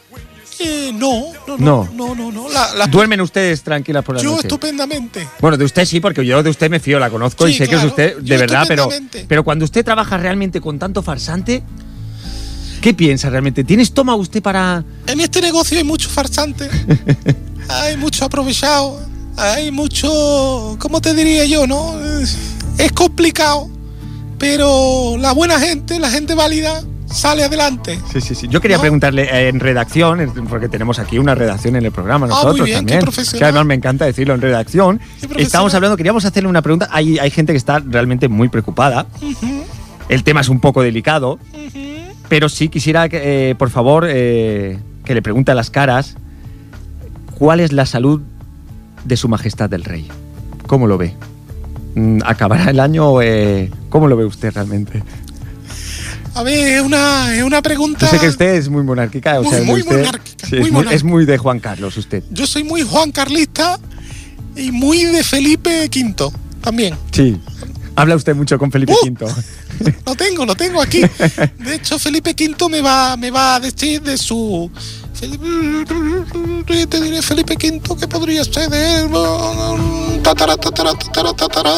Speaker 8: Eh, no, no,
Speaker 1: No.
Speaker 8: no, no, no, no. La- la-
Speaker 1: ¿Duermen ustedes tranquilas por la
Speaker 8: yo
Speaker 1: noche?
Speaker 8: estupendamente.
Speaker 1: Bueno, de usted sí, porque yo de usted me fío, la conozco y
Speaker 8: Sí,
Speaker 1: sé
Speaker 8: claro,
Speaker 1: que es usted, de
Speaker 8: yo
Speaker 1: verdad, pero,
Speaker 8: estupendamente.
Speaker 1: pero cuando usted trabaja realmente con tanto farsante, ¿qué piensa realmente? ¿Tiene estómago usted para...?
Speaker 8: En este negocio hay
Speaker 1: [laughs]
Speaker 8: mucho farsante, hay mucho aprovechado, hay mucho, ¿cómo te diría yo, no? Es complicado, pero la buena gente, la gente válida, sale adelante.
Speaker 1: Sí, sí, sí. Yo quería
Speaker 8: No.
Speaker 1: preguntarle eh, en redacción, en- porque tenemos aquí una redacción en el programa nosotros
Speaker 8: Ah, muy bien, qué
Speaker 1: también.
Speaker 8: profesional.
Speaker 1: Que además me encanta decirlo en redacción.
Speaker 8: profesional.
Speaker 1: Estábamos hablando, queríamos hacerle una pregunta. Hay, hay gente que está realmente muy preocupada. El tema es un poco delicado, pero sí quisiera, que, eh, por favor, eh, que le pregunte a las caras cuál es la salud de Su Majestad el Rey. ¿Cómo lo ve? Mm, ¿Acabará el año? eh, ¿Cómo lo ve usted realmente?
Speaker 8: A ver, es una, es una pregunta.
Speaker 1: Yo sé que este- usted es muy monárquica. o
Speaker 8: Muy-
Speaker 1: sea,
Speaker 8: Ah. muy
Speaker 1: usted-
Speaker 8: monárquica,
Speaker 1: sí,
Speaker 8: muy
Speaker 1: es, muy,
Speaker 8: monárquica.
Speaker 1: es muy de Juan Carlos usted.
Speaker 8: Yo soy muy Juan Carlista y muy de Felipe V también.
Speaker 1: Sí. Habla usted mucho con Felipe
Speaker 8: Uh.
Speaker 1: V.
Speaker 8: Lo tengo, lo tengo aquí. De hecho, Felipe V me va, me va a decir de su. Felipe, te diré Felipe V que podría ser de él. Tatara, tatara, tatara, tatara.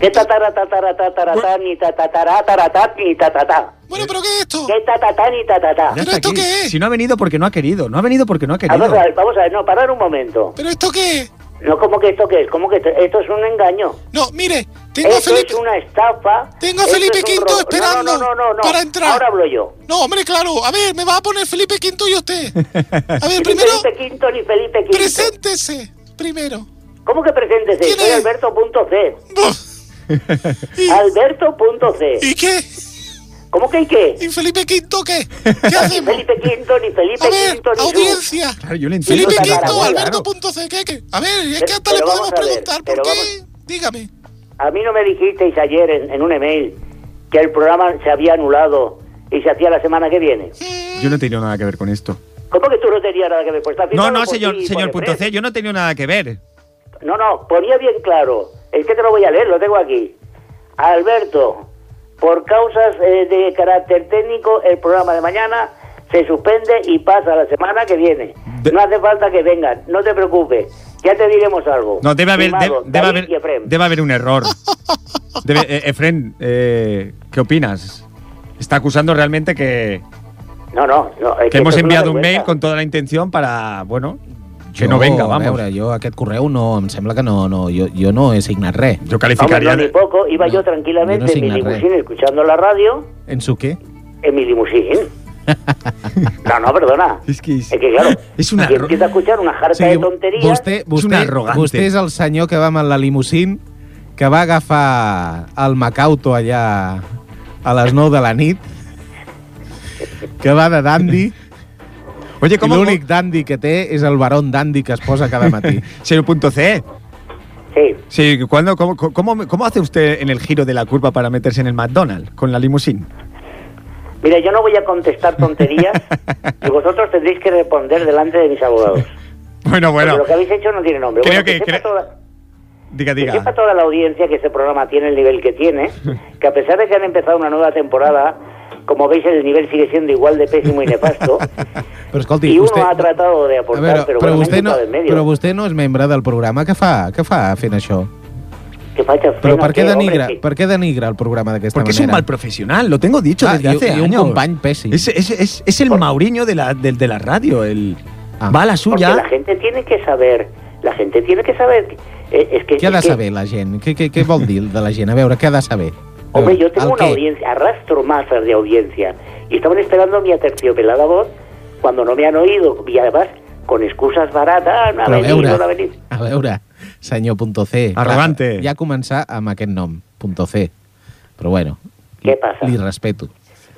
Speaker 9: ¿Qué tatara, tatara, tatara, ta, ni tatatara, taratá, ni tatatá?
Speaker 8: Bueno, pero ¿qué es esto?
Speaker 9: ¿Qué tatatá, ni tatatá?
Speaker 1: Ya
Speaker 8: ¿Pero
Speaker 1: está
Speaker 8: esto
Speaker 1: aquí.
Speaker 8: qué es?
Speaker 1: Si no ha venido porque no ha querido. No ha venido porque no ha
Speaker 9: Ah,
Speaker 1: querido.
Speaker 9: Vamos a ver, vamos a ver, no, parar un momento.
Speaker 8: ¿Pero esto qué es?
Speaker 9: No, ¿cómo que esto qué es? ¿Cómo que esto, esto es un engaño?
Speaker 8: No, mire, tengo a
Speaker 9: Esto
Speaker 8: Felipe.
Speaker 9: es una estafa.
Speaker 8: Tengo a
Speaker 9: esto
Speaker 8: Felipe
Speaker 9: es un
Speaker 8: V
Speaker 9: robo.
Speaker 8: esperando
Speaker 9: No, no, no, no, no.
Speaker 8: para entrar.
Speaker 9: Ahora hablo yo.
Speaker 8: No, hombre, claro. A ver, me va a poner Felipe V y usted. A ver,
Speaker 9: Ni
Speaker 8: primero,
Speaker 9: Felipe Quinto ni Felipe Quinto.
Speaker 8: preséntese. Primero.
Speaker 9: ¿Cómo que preséntese?
Speaker 8: ¿Quién
Speaker 9: Soy
Speaker 8: es?
Speaker 9: Alberto.c.
Speaker 8: Buf. ¿Y,
Speaker 9: Alberto.c.
Speaker 8: ¿Y qué?
Speaker 9: ¿Cómo que y qué?
Speaker 8: ¿Y Felipe V qué? ¿Qué hacemos?
Speaker 9: Felipe V, ni Felipe
Speaker 8: A ver,
Speaker 9: V, ni tú.
Speaker 8: audiencia.
Speaker 1: Claro, yo le entiendo.
Speaker 8: Felipe
Speaker 9: Pero
Speaker 8: Quinto,
Speaker 9: Tarragona,
Speaker 8: Alberto.c, ¿qué, qué? A ver, es que hasta
Speaker 9: Pero
Speaker 8: le
Speaker 9: vamos
Speaker 8: podemos
Speaker 9: a ver,
Speaker 8: preguntar por
Speaker 9: pero
Speaker 8: qué. Dígame.
Speaker 9: A mí no me dijisteis ayer en, en un email que el programa se había anulado y se hacía la semana que viene.
Speaker 1: Yo no he tenido nada que ver con esto.
Speaker 9: ¿Cómo que tú no tenías nada que ver? Pues está
Speaker 10: No,
Speaker 9: firmado
Speaker 10: no,
Speaker 9: por
Speaker 10: señor,
Speaker 9: ti y por
Speaker 10: señor
Speaker 9: el
Speaker 10: punto C,
Speaker 9: Press.
Speaker 10: yo no he tenido nada que ver.
Speaker 9: No, no, ponía bien claro. Es que te lo voy a leer, lo tengo aquí. Alberto, por causas eh, de carácter técnico, el programa de mañana se suspende y pasa la semana que viene. No hace falta que vengan, no te preocupes. Ya te diremos algo.
Speaker 10: No, debe haber,
Speaker 9: Firmado,
Speaker 10: de- debe
Speaker 9: David
Speaker 10: haber,
Speaker 9: y Efrem.
Speaker 10: debe haber un
Speaker 9: [laughs]
Speaker 10: error. Debe- eh, Efren, eh, ¿qué opinas? Está acusando realmente que,
Speaker 9: No, no, no. es
Speaker 10: que
Speaker 9: que
Speaker 10: hemos
Speaker 9: esto es una
Speaker 10: enviado un
Speaker 9: vergüenza.
Speaker 10: mail con toda la intención para, bueno, que
Speaker 4: Jo,
Speaker 10: no venga,
Speaker 4: a
Speaker 10: vamos.
Speaker 4: veure, jo aquest correu no, em sembla que no, no, jo, jo no he signat res.
Speaker 10: Yo
Speaker 9: Hombre,
Speaker 10: calificaría
Speaker 9: no, ni
Speaker 10: de-
Speaker 9: poco. Iba yo tranquilamente
Speaker 4: Yo no
Speaker 9: en mi
Speaker 4: sin arreglo.
Speaker 9: limusín escuchando la radio,
Speaker 4: En su què?
Speaker 9: en mi limusín. No, no, perdona.
Speaker 1: Es que es-
Speaker 9: Es que claro,
Speaker 1: Es una
Speaker 9: si
Speaker 1: ro-
Speaker 9: empieza a escuchar una jarta de tonterías,
Speaker 4: vostè,
Speaker 10: un
Speaker 4: vostè,
Speaker 10: arrogante.
Speaker 4: vostè és el senyor que va amb la limusín que va agafar el Macauto allà a les 9 de la nit que va de dandy
Speaker 10: Oye,
Speaker 4: i
Speaker 10: ¿cómo?
Speaker 4: l'únic dandy que té és el barón dandy que es posa cada matí
Speaker 10: Señor punto C.
Speaker 9: sí.
Speaker 10: Sí, ¿cuándo- cómo, cómo- cómo hace usted en el giro de la curva para meterse en el McDonald's con la limusín?
Speaker 9: Mira, yo no voy a contestar tonterías y vosotros tendréis que responder delante de mis abogados.
Speaker 10: [laughs] Bueno,
Speaker 9: Porque
Speaker 10: bueno,
Speaker 9: lo que habéis hecho no tiene nombre.
Speaker 10: Creo
Speaker 9: Bueno, que,
Speaker 10: que-
Speaker 9: sepa
Speaker 10: cre-
Speaker 9: toda,
Speaker 10: diga,
Speaker 9: que sepa
Speaker 10: diga.
Speaker 9: toda la audiencia que este programa tiene el nivel que tiene, que a pesar de que han empezado una nueva temporada, como veis el nivel sigue siendo igual de pésimo y nefasto,
Speaker 4: però escolti,
Speaker 9: y uno
Speaker 4: vostè,
Speaker 9: ha tratado de aportar, pero,
Speaker 4: però,
Speaker 9: bueno, me han
Speaker 4: vostè no,
Speaker 9: quitado en medio.
Speaker 4: però vostè no és membre del programa que fa, que fa fent això?
Speaker 9: Que facha
Speaker 4: Però
Speaker 9: pena,
Speaker 4: per què
Speaker 9: que, hombre,
Speaker 4: denigra,
Speaker 9: que-
Speaker 4: per què denigra el programa d'aquesta
Speaker 1: Porque
Speaker 4: manera?
Speaker 1: es un mal profesional, lo tengo dicho
Speaker 4: Ah,
Speaker 1: desde
Speaker 4: y-
Speaker 1: hace
Speaker 4: y un
Speaker 1: años.
Speaker 4: compañ pésimo.
Speaker 1: Es, es- es- es el Mauriño de la, del- de, la radio, el
Speaker 4: Ah.
Speaker 1: va a la
Speaker 9: Porque
Speaker 1: suya.
Speaker 9: la gente tiene que saber, la gente tiene que saber. que- eh, es que,
Speaker 4: Què ha de
Speaker 9: es que-
Speaker 4: saber la gent? Què, què, què vol dir de la gent? A veure, què ha de saber? A
Speaker 9: Hombre,
Speaker 4: veure,
Speaker 9: yo tengo
Speaker 4: el
Speaker 9: una
Speaker 4: què?
Speaker 9: audiencia, arrastro masas de audiencia. Y estaban esperando mi aterciopelada voz cuando no me han oído. Y además, con excusas baratas, "Ah, no ha
Speaker 4: Però a
Speaker 9: venido, no ha
Speaker 4: veure,
Speaker 9: venido.
Speaker 4: a veure, senyor punto C. clar,
Speaker 10: Arrogante.
Speaker 4: Ja començar amb aquest nom, punto C. Però bueno,
Speaker 9: Què passa?
Speaker 4: li respeto.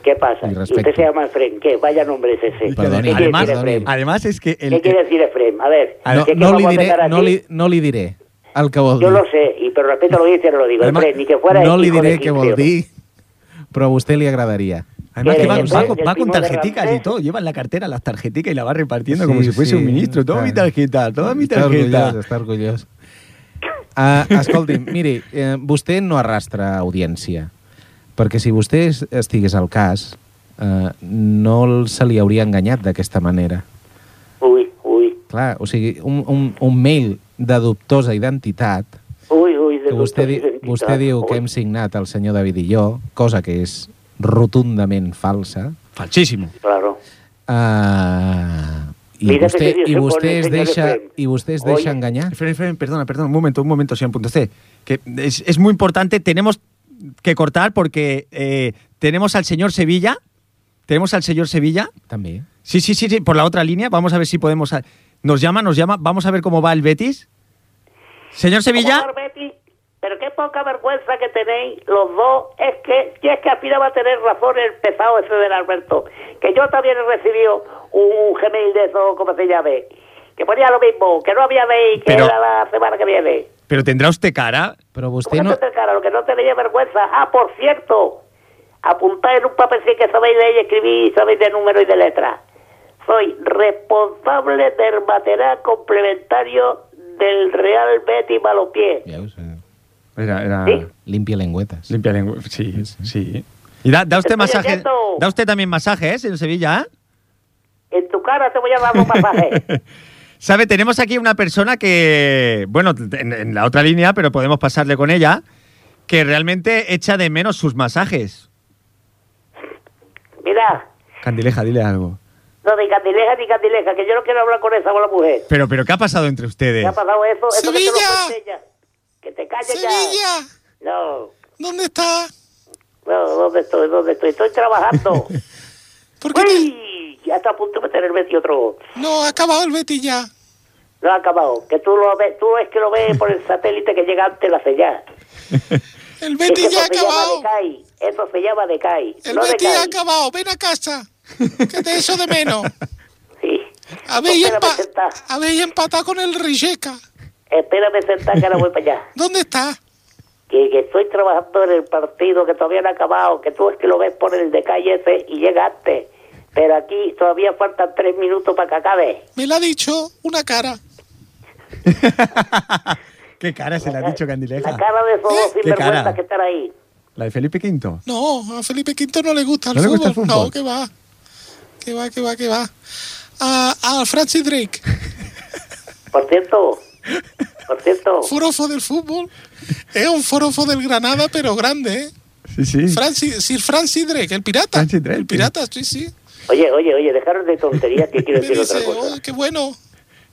Speaker 9: ¿Qué pasa?
Speaker 4: Al
Speaker 9: Y
Speaker 4: respecto.
Speaker 9: usted se llama Efrem, ¿qué? Vaya nombre es ese.
Speaker 4: Perdone,
Speaker 9: ¿Qué quiere
Speaker 4: además-
Speaker 9: decir Efrem?
Speaker 1: Además es que el-
Speaker 9: ¿Qué quiere decir Efrem? A ver,
Speaker 4: No,
Speaker 9: ¿qué- qué
Speaker 4: no,
Speaker 9: Ah, vamos
Speaker 4: li
Speaker 9: a
Speaker 4: diré,
Speaker 9: pegar aquí?
Speaker 4: no, li, no li diré el que vol
Speaker 9: Yo lo
Speaker 4: dir.
Speaker 9: sé, y pero respeto a la audiencia no lo digo.
Speaker 1: Además,
Speaker 9: Efrem, ni que fuera
Speaker 4: no
Speaker 9: el
Speaker 4: li
Speaker 9: hijo de
Speaker 4: diré què vol
Speaker 9: Quintero.
Speaker 4: dir, però a vostè li agradaria.
Speaker 1: además que va,
Speaker 4: ¿Quieres
Speaker 1: va-
Speaker 4: el-
Speaker 1: va
Speaker 9: el
Speaker 1: con
Speaker 9: timón de
Speaker 1: tarjeticas y
Speaker 9: Ramsés?
Speaker 1: todo, lleva en la cartera las tarjeticas y la va repartiendo
Speaker 4: Sí,
Speaker 1: como si fuese
Speaker 4: sí,
Speaker 1: un ministro. Toma
Speaker 4: está-
Speaker 1: mi tarjeta, toma mi
Speaker 4: Està
Speaker 1: tarjeta.
Speaker 4: orgullós, està orgullós. Uh, escolti, miri, eh, vostè no arrastra audiència, perquè si vostè es- estigués al cas, eh, no el- se li hauria enganyat d'aquesta manera.
Speaker 9: Uy, uy,
Speaker 4: Clar, o sigui, un, un, un mail de dubtosa identitat
Speaker 9: uy, uy. de
Speaker 4: que vostè, di,
Speaker 9: dulce identidad.
Speaker 4: vostè diu que em-
Speaker 9: Uy.
Speaker 4: hem signat el senyor David i jo, cosa que és rotundament falsa,
Speaker 1: Falsísimo.
Speaker 9: Claro.
Speaker 4: uh, i,
Speaker 9: Mira que
Speaker 4: vostè,
Speaker 9: te diu
Speaker 4: i,
Speaker 9: que
Speaker 4: vostè
Speaker 9: pone
Speaker 4: es
Speaker 9: señor
Speaker 4: deixa,
Speaker 9: Efrem.
Speaker 4: i vostè es deixa
Speaker 9: Oye.
Speaker 4: enganyar?
Speaker 1: Efraín, Efraín, perdona, perdona, un momento, un momento, señor punto C. Que es, es muy importante, tenemos que cortar porque eh, tenemos al señor Sevilla, tenemos al señor Sevilla.
Speaker 4: També.
Speaker 1: Sí, sí, sí, sí, por la otra línea, vamos a ver si podemos... a- Nos llama, nos llama, vamos a ver cómo va el Betis. Señor Sevilla,
Speaker 9: Por favor, Betty, Pero qué poca vergüenza que tenéis los dos. Es que, si es que al final va a tener razón el pesado ese del Alberto. Que yo también he recibido un Gmail de eso, como se llame. Que ponía lo mismo, que no había ley, que
Speaker 10: Pero-
Speaker 9: era la semana que viene.
Speaker 10: Pero tendrá usted cara.
Speaker 4: Però
Speaker 8: Pues
Speaker 9: ¿Cómo
Speaker 4: vostè
Speaker 9: que
Speaker 4: no...
Speaker 9: no te cara? Lo que no tenéis vergüenza. Ah, por cierto, apuntad en un papelcito que sabéis leer y escribir y sabéis de número y de letra. Soy responsable del material complementario del Real Betis Balompié.
Speaker 4: Veus? Eh,
Speaker 10: Era, era
Speaker 9: Sí.
Speaker 4: Limpia lengüetes.
Speaker 10: limpia lengua. Sí, sí. Y da, da usted
Speaker 9: Estoy
Speaker 10: masaje.
Speaker 9: oyendo.
Speaker 10: Da usted también masaje, ¿eh, señor Sevilla?
Speaker 9: En tu cara te voy a dar
Speaker 8: [laughs]
Speaker 9: un masaje.
Speaker 10: Sabe, tenemos aquí una persona que, bueno, en, en la otra línea, pero podemos pasarle con ella, que realmente echa de menos sus masajes.
Speaker 9: Mira,
Speaker 1: Candileja, dile algo.
Speaker 9: no, ni candileja ni candileja, que yo no quiero hablar con esa con la mujer.
Speaker 10: Pero, pero ¿qué ha pasado entre ustedes?
Speaker 9: ¿Qué ha pasado eso? Eso que te lo
Speaker 8: Sevilla.
Speaker 9: cuente ella. Que te calles ya.
Speaker 8: Sevilla,
Speaker 9: No,
Speaker 8: ¿dónde está?
Speaker 9: no, ¿dónde estoy? ¿Dónde estoy? Estoy
Speaker 8: [laughs]
Speaker 9: trabajando.
Speaker 8: ¿Por qué te-
Speaker 9: ¡Uy! Ya está a punto de meter el Betis otro.
Speaker 8: No, ha acabado el Betis ya. [laughs]
Speaker 9: No ha acabado. Que tú lo ves, tú es que lo ves por el satélite que llega antes la señal.
Speaker 8: El Betis
Speaker 9: Es que
Speaker 8: ya ha
Speaker 9: eso se llama
Speaker 8: acabado.
Speaker 9: decay, Eso se llama decay.
Speaker 8: El
Speaker 9: no
Speaker 8: Betis ha
Speaker 9: decay.
Speaker 8: acabado. Ven a casa. Que te echo de
Speaker 9: [laughs]
Speaker 8: menos.
Speaker 9: Sí.
Speaker 8: Habéis,
Speaker 9: Espérame
Speaker 8: empa-
Speaker 9: sentar.
Speaker 8: habéis empatado con el Rijeka.
Speaker 9: Espérame sentar que ahora voy para allá.
Speaker 8: ¿Dónde está?
Speaker 9: Que, que estoy trabajando en el partido que todavía no ha acabado, que tú es que lo ves por el decay ese y llegaste. Pero aquí todavía faltan tres minutos para que acabe.
Speaker 8: Me lo ha dicho una cara.
Speaker 10: [laughs]
Speaker 1: ¿Qué cara se le ha dicho Candileja?
Speaker 9: La cara de esos dos
Speaker 1: ¿Qué cara?
Speaker 9: sinvergüenzas que están ahí.
Speaker 1: ¿La de Felipe V?
Speaker 8: No, a Felipe V no le gusta el,
Speaker 1: ¿No le
Speaker 8: fútbol.
Speaker 1: gusta el fútbol?
Speaker 8: No, que va. Que va, que va, que va. A, a Francis Drake,
Speaker 9: Por cierto, por cierto,
Speaker 8: forofo del fútbol. Es un forofo del Granada, pero grande, ¿eh?
Speaker 1: Sí, sí.
Speaker 8: Francis, Sir Francis Drake, el pirata.
Speaker 1: Francis Drake,
Speaker 8: el pirata, sí, sí.
Speaker 9: oye, oye, oye, dejaros de tonterías que quiero
Speaker 8: Me
Speaker 9: decir otra
Speaker 8: dice,
Speaker 9: cosa.
Speaker 8: oh, qué bueno.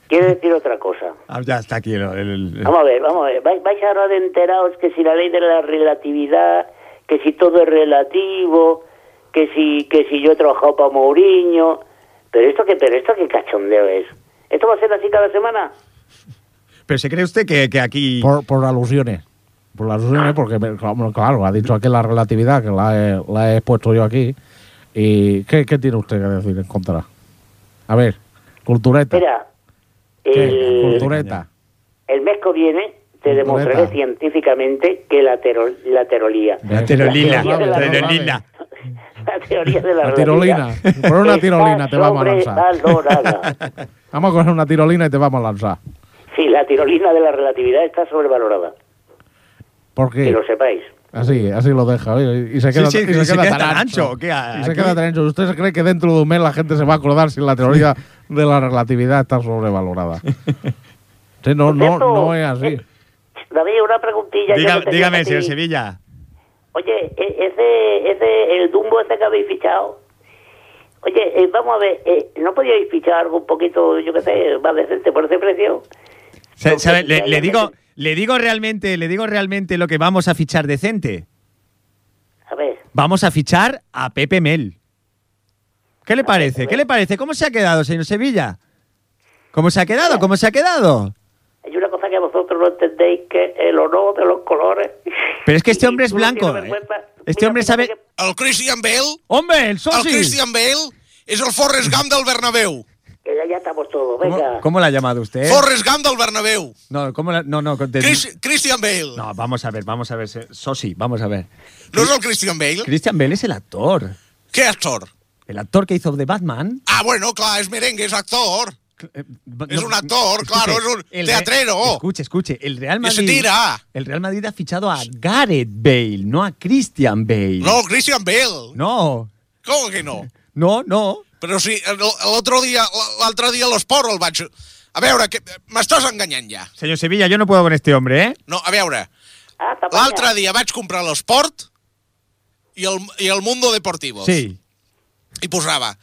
Speaker 9: Quiero decir otra cosa.
Speaker 1: Ah, ya está aquí el. el- el-
Speaker 9: Vamos a ver, vamos a ver. Vais, vais ahora de enterados que si la ley de la relatividad, que si todo es relativo, que si, que si yo he trabajado para Mourinho. Pero esto que, pero esto qué cachondeo es. ¿Esto va a ser así cada semana?
Speaker 1: Pero se cree usted que, que aquí.
Speaker 2: Por, por alusiones. Por las alusiones, porque me- claro, claro, ha dicho aquí la relatividad, que la he, la he expuesto yo aquí. ¿Y qué, qué tiene usted que decir en contra? A ver, cultureta.
Speaker 9: Mira,
Speaker 2: ¿Qué?
Speaker 9: el,
Speaker 2: Cultureta.
Speaker 9: el mes que viene te demostraré
Speaker 2: Cultureta.
Speaker 9: científicamente que la, tero- la terolía.
Speaker 2: Ve.
Speaker 1: La terolila.
Speaker 9: La
Speaker 1: La
Speaker 9: teoría de
Speaker 1: terolila.
Speaker 9: la- La teoría de la,
Speaker 2: La tirolina.
Speaker 9: relatividad
Speaker 2: Por una
Speaker 9: está
Speaker 2: tirolina te vamos a lanzar. [laughs]
Speaker 9: sobrevalorada.
Speaker 2: Vamos a coger una tirolina y te vamos a lanzar.
Speaker 9: Sí, la tirolina de la relatividad está sobrevalorada.
Speaker 2: Porque
Speaker 9: Que lo sepáis.
Speaker 2: así, así lo deja. oye, Y se
Speaker 1: Sí,
Speaker 2: queda,
Speaker 1: sí,
Speaker 2: y
Speaker 1: se queda tan ancho,
Speaker 2: Y
Speaker 1: ¿qué?
Speaker 4: Eh,
Speaker 2: se
Speaker 1: Aquí-
Speaker 2: queda tan ancho. ¿Usted se cree que dentro de un mes la gente se va a acordar si la teoría de la relatividad está sobrevalorada? Sí, no,
Speaker 9: Por
Speaker 2: no,
Speaker 9: cierto,
Speaker 2: no es así.
Speaker 9: eh, David, una preguntilla. que
Speaker 1: Dígame,
Speaker 9: no tenía
Speaker 1: dígame,
Speaker 9: para ti.
Speaker 1: señor Sevilla.
Speaker 9: Oye, e- ese, ese, el Dumbo ese que habéis fichado. Oye, eh, vamos a ver, eh, ¿no podíais fichar algo un poquito, yo qué sé, más decente por ese precio?
Speaker 1: Sa-
Speaker 9: No,
Speaker 1: sabe,
Speaker 9: que-
Speaker 1: Le,
Speaker 9: que
Speaker 1: le
Speaker 9: haya
Speaker 1: digo,
Speaker 9: gente-
Speaker 1: le digo realmente, le digo realmente lo que vamos a fichar decente.
Speaker 9: A ver,
Speaker 1: Vamos a fichar a Pepe Mel. ¿Qué le parece? ¿Qué le parece? ¿Cómo se ha quedado, señor Sevilla? ¿Cómo se ha quedado? ¿Cómo se ha quedado?
Speaker 9: hay una cosa que vosotros no entendéis, que es el honor de los colores.
Speaker 1: Pero es que este
Speaker 9: [laughs] Y
Speaker 1: hombre es
Speaker 9: tú no tienes
Speaker 1: blanco,
Speaker 9: vergüenza.
Speaker 1: eh. Este hombre sabe-
Speaker 9: fíjate
Speaker 8: El Christian Bale,
Speaker 1: ¡Hombre, el
Speaker 8: el
Speaker 1: socio!
Speaker 8: Christian Bale és el Forrest Gump del Bernabéu.
Speaker 9: Que, que ya, ya estamos todos,
Speaker 1: ¿Cómo,
Speaker 9: venga.
Speaker 1: cómo la ha llamado usted? eh?
Speaker 8: Forrest Gump del Bernabéu.
Speaker 1: No, ¿cómo la- no, no, de-
Speaker 8: Chris- Christian Bale. No.
Speaker 1: no, vamos a ver, vamos a ver, se- Sosi, vamos a ver.
Speaker 8: és el Christian Bale?
Speaker 1: Christian Bale es el actor,
Speaker 8: Què actor?
Speaker 1: el actor que hizo de Batman.
Speaker 8: Ah, bueno, clar, és merengue, és actor.
Speaker 1: Es
Speaker 8: Es un actor, claro, es un teatrero.
Speaker 1: Escuche, escuche, el Real
Speaker 8: Que se
Speaker 1: Madrid.
Speaker 8: tira.
Speaker 1: El Real Madrid ha fichado a Gareth Bale, no a Christian Bale.
Speaker 8: No, Christian Bale.
Speaker 1: no,
Speaker 8: Com que no?
Speaker 1: no, no.
Speaker 8: Però si el- l'altre dia, l'altre dia a l'esport el vaig... A veure, que m'estàs enganyant ja.
Speaker 1: Señor Sevilla, yo no puedo con este hombre, ¿eh?
Speaker 8: No, a veure,
Speaker 9: Ah, Tapia.
Speaker 8: l'altre dia vaig comprar l'esport i el, i el Mundo Deportivo.
Speaker 1: Sí.
Speaker 8: I posava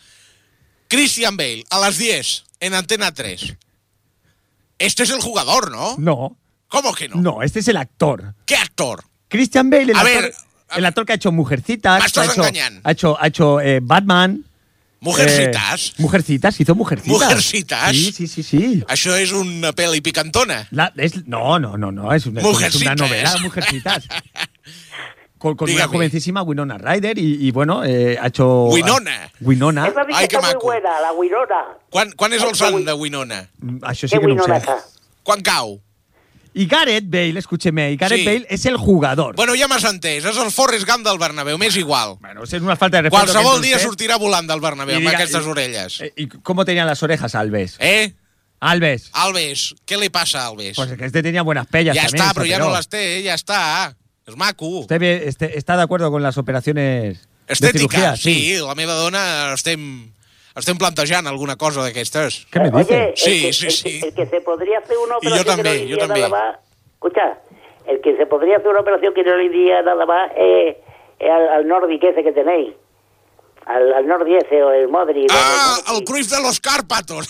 Speaker 8: Christian Bale a les 10 en Antena 3. Este es el jugador, ¿no?
Speaker 1: No,
Speaker 8: ¿Cómo que no?
Speaker 1: no, este es el actor.
Speaker 8: ¿Qué actor?
Speaker 1: Christian Bale, el,
Speaker 8: A
Speaker 1: actor,
Speaker 8: ver, a-
Speaker 1: el actor que ha hecho Mujercitas,
Speaker 8: Me estás
Speaker 1: ha hecho,
Speaker 8: engañando.
Speaker 1: ha hecho, ha hecho, eh, Batman.
Speaker 8: Mujercitas.
Speaker 1: eh, mujercitas, hizo Mujercitas.
Speaker 8: Mujercitas.
Speaker 1: Sí, sí, sí, sí.
Speaker 8: Això és una pel·li picantona.
Speaker 1: La- es- no, no, no, no, es una, es una
Speaker 8: Mujercitas.
Speaker 1: novela,
Speaker 8: [laughs]
Speaker 1: Mujercitas. Con, con una
Speaker 8: Dígame.
Speaker 1: jovencísima Winona Ryder y, y bueno, eh, ha hecho...
Speaker 8: Winona.
Speaker 1: Winona.
Speaker 9: Esa bicha
Speaker 8: Ay, qué
Speaker 9: está muy
Speaker 8: maco.
Speaker 9: buena, la Winona.
Speaker 8: Quan, quan és el
Speaker 9: Ai,
Speaker 8: son
Speaker 9: avui-
Speaker 8: de Winona?
Speaker 1: Això sí
Speaker 9: ¿Qué
Speaker 1: que no ho
Speaker 9: Winona
Speaker 1: sé.
Speaker 9: está?
Speaker 8: Quan cau?
Speaker 1: Y Gareth Bale, escúcheme, y Gareth
Speaker 8: Sí.
Speaker 1: Bale es el jugador.
Speaker 8: Bueno, ja m'has entès, és el Forrest Gump del Bernabéu, m'és igual.
Speaker 1: Bueno, es una falta de respeto.
Speaker 8: Qualsevol
Speaker 1: que
Speaker 8: dia
Speaker 1: entonces-
Speaker 8: sortirà volant del Bernabéu amb
Speaker 1: diga-
Speaker 8: aquestes orelles.
Speaker 1: Eh, ¿Y cómo tenían las orejas Alves?
Speaker 8: Eh?
Speaker 1: Alves.
Speaker 8: Alves, què li passa a Alves?
Speaker 1: Pues es que este tenía buenas pellas
Speaker 8: ja
Speaker 1: también.
Speaker 8: està, però
Speaker 1: se
Speaker 8: ja
Speaker 1: operó.
Speaker 8: no les té, eh? ja està. És maco.
Speaker 1: ¿Usted ve- este- está de acuerdo con las operaciones de
Speaker 8: Estètica,
Speaker 1: cirugía?
Speaker 8: sí, la meva dona estem, estem plantejant alguna cosa d'aquestes.
Speaker 1: ¿Qué me
Speaker 9: Oye,
Speaker 1: dice?
Speaker 9: el
Speaker 8: Sí,
Speaker 9: que,
Speaker 8: sí,
Speaker 9: el que-
Speaker 8: sí.
Speaker 9: el que se podría hacer una
Speaker 8: Y yo
Speaker 9: operación
Speaker 8: también,
Speaker 9: que no
Speaker 8: yo
Speaker 9: le iría
Speaker 8: también.
Speaker 9: nada más. Escucha, el que se podría hacer una operación que no le iría nada más eh, eh, al, al Nordic ese que tenéis. Al, al Nordi ese o el Modri.
Speaker 8: Ah,
Speaker 9: o
Speaker 8: el Cruyff de los Cárpatos!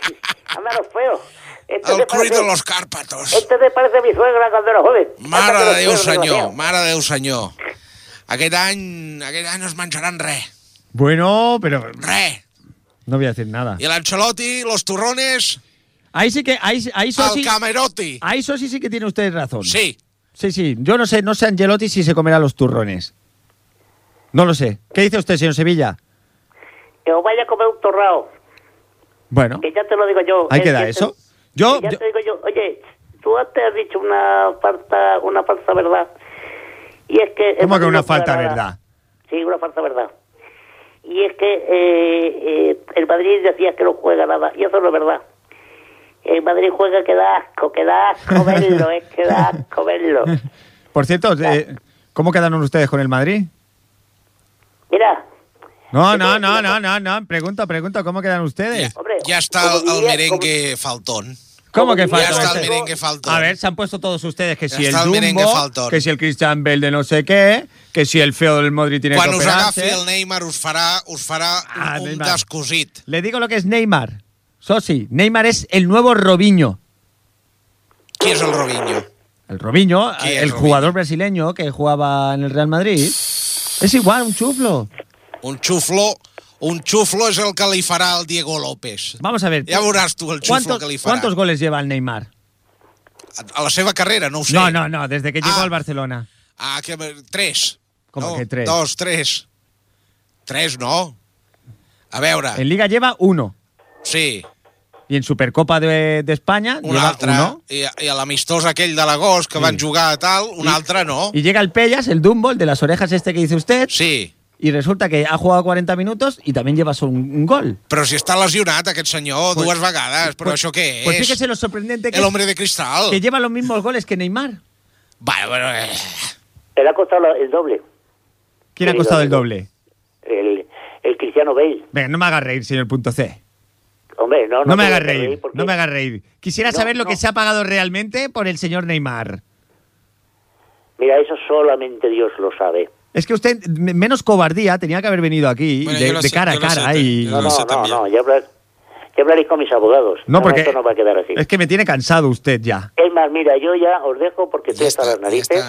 Speaker 8: [laughs]
Speaker 9: Anda, los feos. Este
Speaker 8: El
Speaker 9: se
Speaker 8: Cruyff
Speaker 9: parece,
Speaker 8: de los Cárpatos!
Speaker 9: este se parece a mi suegra cuando era joven.
Speaker 8: Mare
Speaker 9: Anda,
Speaker 8: de
Speaker 9: que
Speaker 8: Déu
Speaker 9: los feos,
Speaker 8: senyor,
Speaker 9: desgraciado.
Speaker 8: mare de Déu senyor. Aquest any, aquest any no es menjaran res,
Speaker 1: Bueno, pero
Speaker 8: res.
Speaker 1: no voy a decir nada.
Speaker 8: I l'Ancelotti, los turrones,
Speaker 1: Ahí sí Ah, que, ahí, ahí
Speaker 8: el
Speaker 1: Sosi,
Speaker 8: Camerotti.
Speaker 1: ahí Sosi sí que tiene usted razón.
Speaker 8: Sí,
Speaker 1: Sí, sí. Yo no sé, no sé Angelotti si se comerá los turrones. No lo sé. ¿Qué dice usted, señor Sevilla?
Speaker 9: Que os vaya a comer un torrao.
Speaker 1: Bueno,
Speaker 8: Eh,
Speaker 9: Que ya te lo digo yo.
Speaker 1: ahí
Speaker 9: Es
Speaker 1: queda
Speaker 9: que-
Speaker 1: eso. Yo,
Speaker 9: ya
Speaker 1: yo-
Speaker 9: te digo yo, oye, tú antes has dicho una falta, una falsa verdad. Y es que...
Speaker 1: ¿cómo que
Speaker 9: hemos
Speaker 1: una
Speaker 9: ido
Speaker 1: falta
Speaker 9: a-
Speaker 1: verdad?
Speaker 9: Sí, una falsa verdad. Y es que eh, eh, el Madrid decía que no juega nada, y eso no es verdad. El Madrid juega que da asco, que
Speaker 1: [laughs]
Speaker 9: da asco verlo, es que da asco verlo.
Speaker 1: Por cierto, eh, ¿cómo quedaron ustedes con el Madrid?
Speaker 9: Mira,
Speaker 1: No,
Speaker 9: Yo
Speaker 1: no,
Speaker 9: te voy a
Speaker 1: no,
Speaker 9: decir una
Speaker 1: no, no, no. Pregunta, pregunta, ¿cómo quedan ustedes?
Speaker 9: hombre,
Speaker 8: Ya está
Speaker 9: como
Speaker 8: el
Speaker 9: diría-
Speaker 8: merengue faltón.
Speaker 1: ¿Cómo
Speaker 9: como
Speaker 1: que
Speaker 9: diría-
Speaker 1: falta?
Speaker 8: Ya está el
Speaker 1: ese?
Speaker 8: merengue faltón.
Speaker 1: A ver, se han puesto todos ustedes que
Speaker 8: Ya
Speaker 1: si el
Speaker 8: está el merengue
Speaker 1: Dumbo,
Speaker 8: faltón.
Speaker 1: que si el Christian Bell de no sé qué, que si el feo del Modri tiene
Speaker 8: Quan
Speaker 1: que
Speaker 8: us agafi
Speaker 1: operarse.
Speaker 8: el Neymar us farà, us farà
Speaker 1: Ah,
Speaker 8: un, un
Speaker 1: Neymar.
Speaker 8: descosit.
Speaker 1: Le digo lo que es Neymar. Sosi, Neymar es el nuevo Robinho.
Speaker 8: Qui és el Robinho?
Speaker 1: El Robinho,
Speaker 8: ¿Quién es
Speaker 1: el
Speaker 8: Robinho?
Speaker 1: jugador brasileño que jugaba en el Real Madrid. Es igual, un chuflo.
Speaker 8: Un xuflo, un xuflo és el que li farà el Diego López.
Speaker 1: Vamos a ver.
Speaker 8: Ja veuràs tu el xuflo
Speaker 1: ¿Cuántos,
Speaker 8: que li farà.
Speaker 1: cuántos goles lleva el Neymar?
Speaker 8: A la seva carrera, no ho sé.
Speaker 1: No, no, no, desde que llegó
Speaker 8: Ah.
Speaker 1: al Barcelona.
Speaker 8: Ah, que, tres.
Speaker 1: Com
Speaker 8: no?
Speaker 1: que tres?
Speaker 8: Dos, tres. Tres, no? A veure,
Speaker 1: En Liga lleva uno.
Speaker 8: sí,
Speaker 1: Y en Supercopa de, de España
Speaker 8: un
Speaker 1: lleva
Speaker 8: altre.
Speaker 1: uno.
Speaker 8: I, I a l'amistós aquell de l'agost que van jugar a tal, un altre no.
Speaker 1: Y llega el Pellas, el Dumbo, el de las orejas este que dice usted.
Speaker 8: Sí,
Speaker 1: Y resulta que ha jugado 40 minutos y también lleva solo un, un gol.
Speaker 8: però si està lesionat aquest senyor pues, dues vegades, però pues, això què és?
Speaker 1: Pues fíjese lo sorprendente que,
Speaker 8: El
Speaker 1: es
Speaker 8: hombre de cristal.
Speaker 1: que lleva los mismos goles que Neymar.
Speaker 8: Vale, bueno, eh.
Speaker 9: Él ha costado la- el doble,
Speaker 1: ¿Quién ha
Speaker 9: Sí,
Speaker 1: costado el
Speaker 9: lo-
Speaker 1: doble?
Speaker 9: el, el Cristiano Bale.
Speaker 1: Venga, no me haga reír, señor punto C.
Speaker 9: Hombre, no,
Speaker 1: No, me haga
Speaker 9: te voy a
Speaker 1: reír,
Speaker 9: porque-
Speaker 1: no me haga reír. Quisiera
Speaker 9: No,
Speaker 1: saber lo
Speaker 9: no.
Speaker 1: que se ha pagado realmente por el señor Neymar.
Speaker 9: Mira, eso solamente Dios lo sabe.
Speaker 1: Es que usted, me- menos cobardía, tenía que haber venido aquí
Speaker 11: Bueno,
Speaker 1: de,
Speaker 11: yo lo
Speaker 1: de
Speaker 11: sé,
Speaker 1: cara a
Speaker 11: yo lo sé,
Speaker 1: cara.
Speaker 11: te-
Speaker 1: y...
Speaker 11: yo
Speaker 9: No,
Speaker 11: lo
Speaker 9: no,
Speaker 11: sé
Speaker 9: no,
Speaker 11: también.
Speaker 9: no, ya, hablar, ya hablaréis con mis abogados.
Speaker 1: No, porque-
Speaker 9: Esto no va a quedar así.
Speaker 1: Es que me tiene cansado usted ya.
Speaker 9: Es más, mira, yo ya os dejo porque estoy hasta las narices.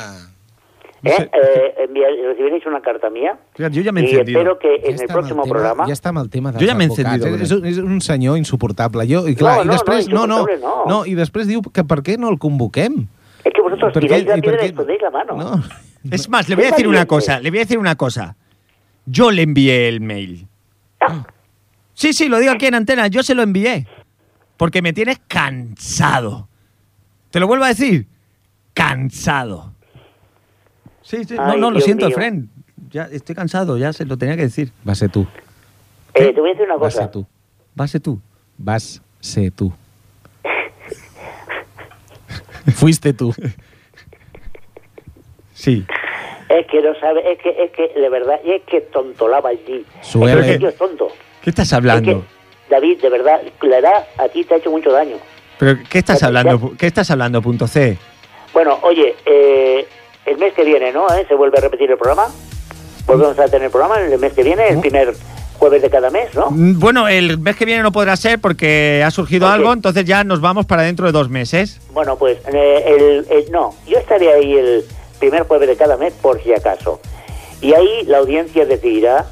Speaker 9: ¿Eh? Eh, enviar- recibiréis una carta mía.
Speaker 1: Yo ya me he
Speaker 9: y
Speaker 1: encendido.
Speaker 9: espero que
Speaker 4: Ja
Speaker 9: en el
Speaker 4: està amb
Speaker 9: próximo
Speaker 4: tema-
Speaker 9: programa.
Speaker 4: Ja està amb el tema de
Speaker 1: Jo ja m'he
Speaker 4: les advocats. eh,
Speaker 1: encendido,
Speaker 4: És, un- és un senyor insuportable. Jo, i clar,
Speaker 9: No,
Speaker 4: i
Speaker 9: no,
Speaker 4: després,
Speaker 9: no,
Speaker 4: no, no,
Speaker 9: insuportable no.
Speaker 4: no, i després diu que per què no el convoquem?
Speaker 9: Es que vosotros
Speaker 4: Per
Speaker 9: tiráis
Speaker 4: què-
Speaker 9: la
Speaker 4: i per
Speaker 9: piedra y
Speaker 4: què-
Speaker 9: escondéis la mano. Eh,
Speaker 4: No.
Speaker 1: Es más, le voy a
Speaker 9: Es
Speaker 1: decir una
Speaker 9: valiente.
Speaker 1: cosa, le voy a decir una cosa. Yo le envié el mail. Sí, sí, lo digo aquí en antena, yo se lo envié. Porque me tienes cansado. Te lo vuelvo a decir, cansado. Sí, sí, no,
Speaker 9: Ay,
Speaker 1: no, lo
Speaker 9: Dios
Speaker 1: siento,
Speaker 9: mío.
Speaker 1: Fren. Ya estoy cansado, ya se lo tenía que decir.
Speaker 4: Va ser tu,
Speaker 9: Eh, te voy a decir una
Speaker 4: vas ser
Speaker 9: cosa.
Speaker 4: tu,
Speaker 1: Base tú.
Speaker 4: vas ser
Speaker 9: [laughs]
Speaker 4: tu. Fuiste tu.
Speaker 1: Sí.
Speaker 9: Es que no sabe, es que, es que, de verdad, es que tontolaba allí.
Speaker 4: Suele.
Speaker 9: Es que el tío es tonto.
Speaker 1: ¿Qué estás
Speaker 9: Es
Speaker 1: hablando?
Speaker 9: que, David, de verdad, la edad a ti te ha hecho mucho daño.
Speaker 1: ¿Pero qué estás
Speaker 9: Ya-
Speaker 1: hablando? pu- ¿Qué estás hablando, punto C?
Speaker 9: Bueno, oye, eh, el mes que viene, ¿no? ¿Eh? Se vuelve a repetir el programa. Volvemos a tener programa el mes que viene, el primer jueves de cada mes, ¿no?
Speaker 1: Mm, Bueno, el mes que viene no podrá ser porque ha surgido
Speaker 9: Ok.
Speaker 1: algo, entonces ya nos vamos para dentro de dos meses.
Speaker 9: Bueno, pues eh, el, el- no, yo estaré ahí el primer jueves de cada mes por si acaso. Y ahí la audiencia decidirá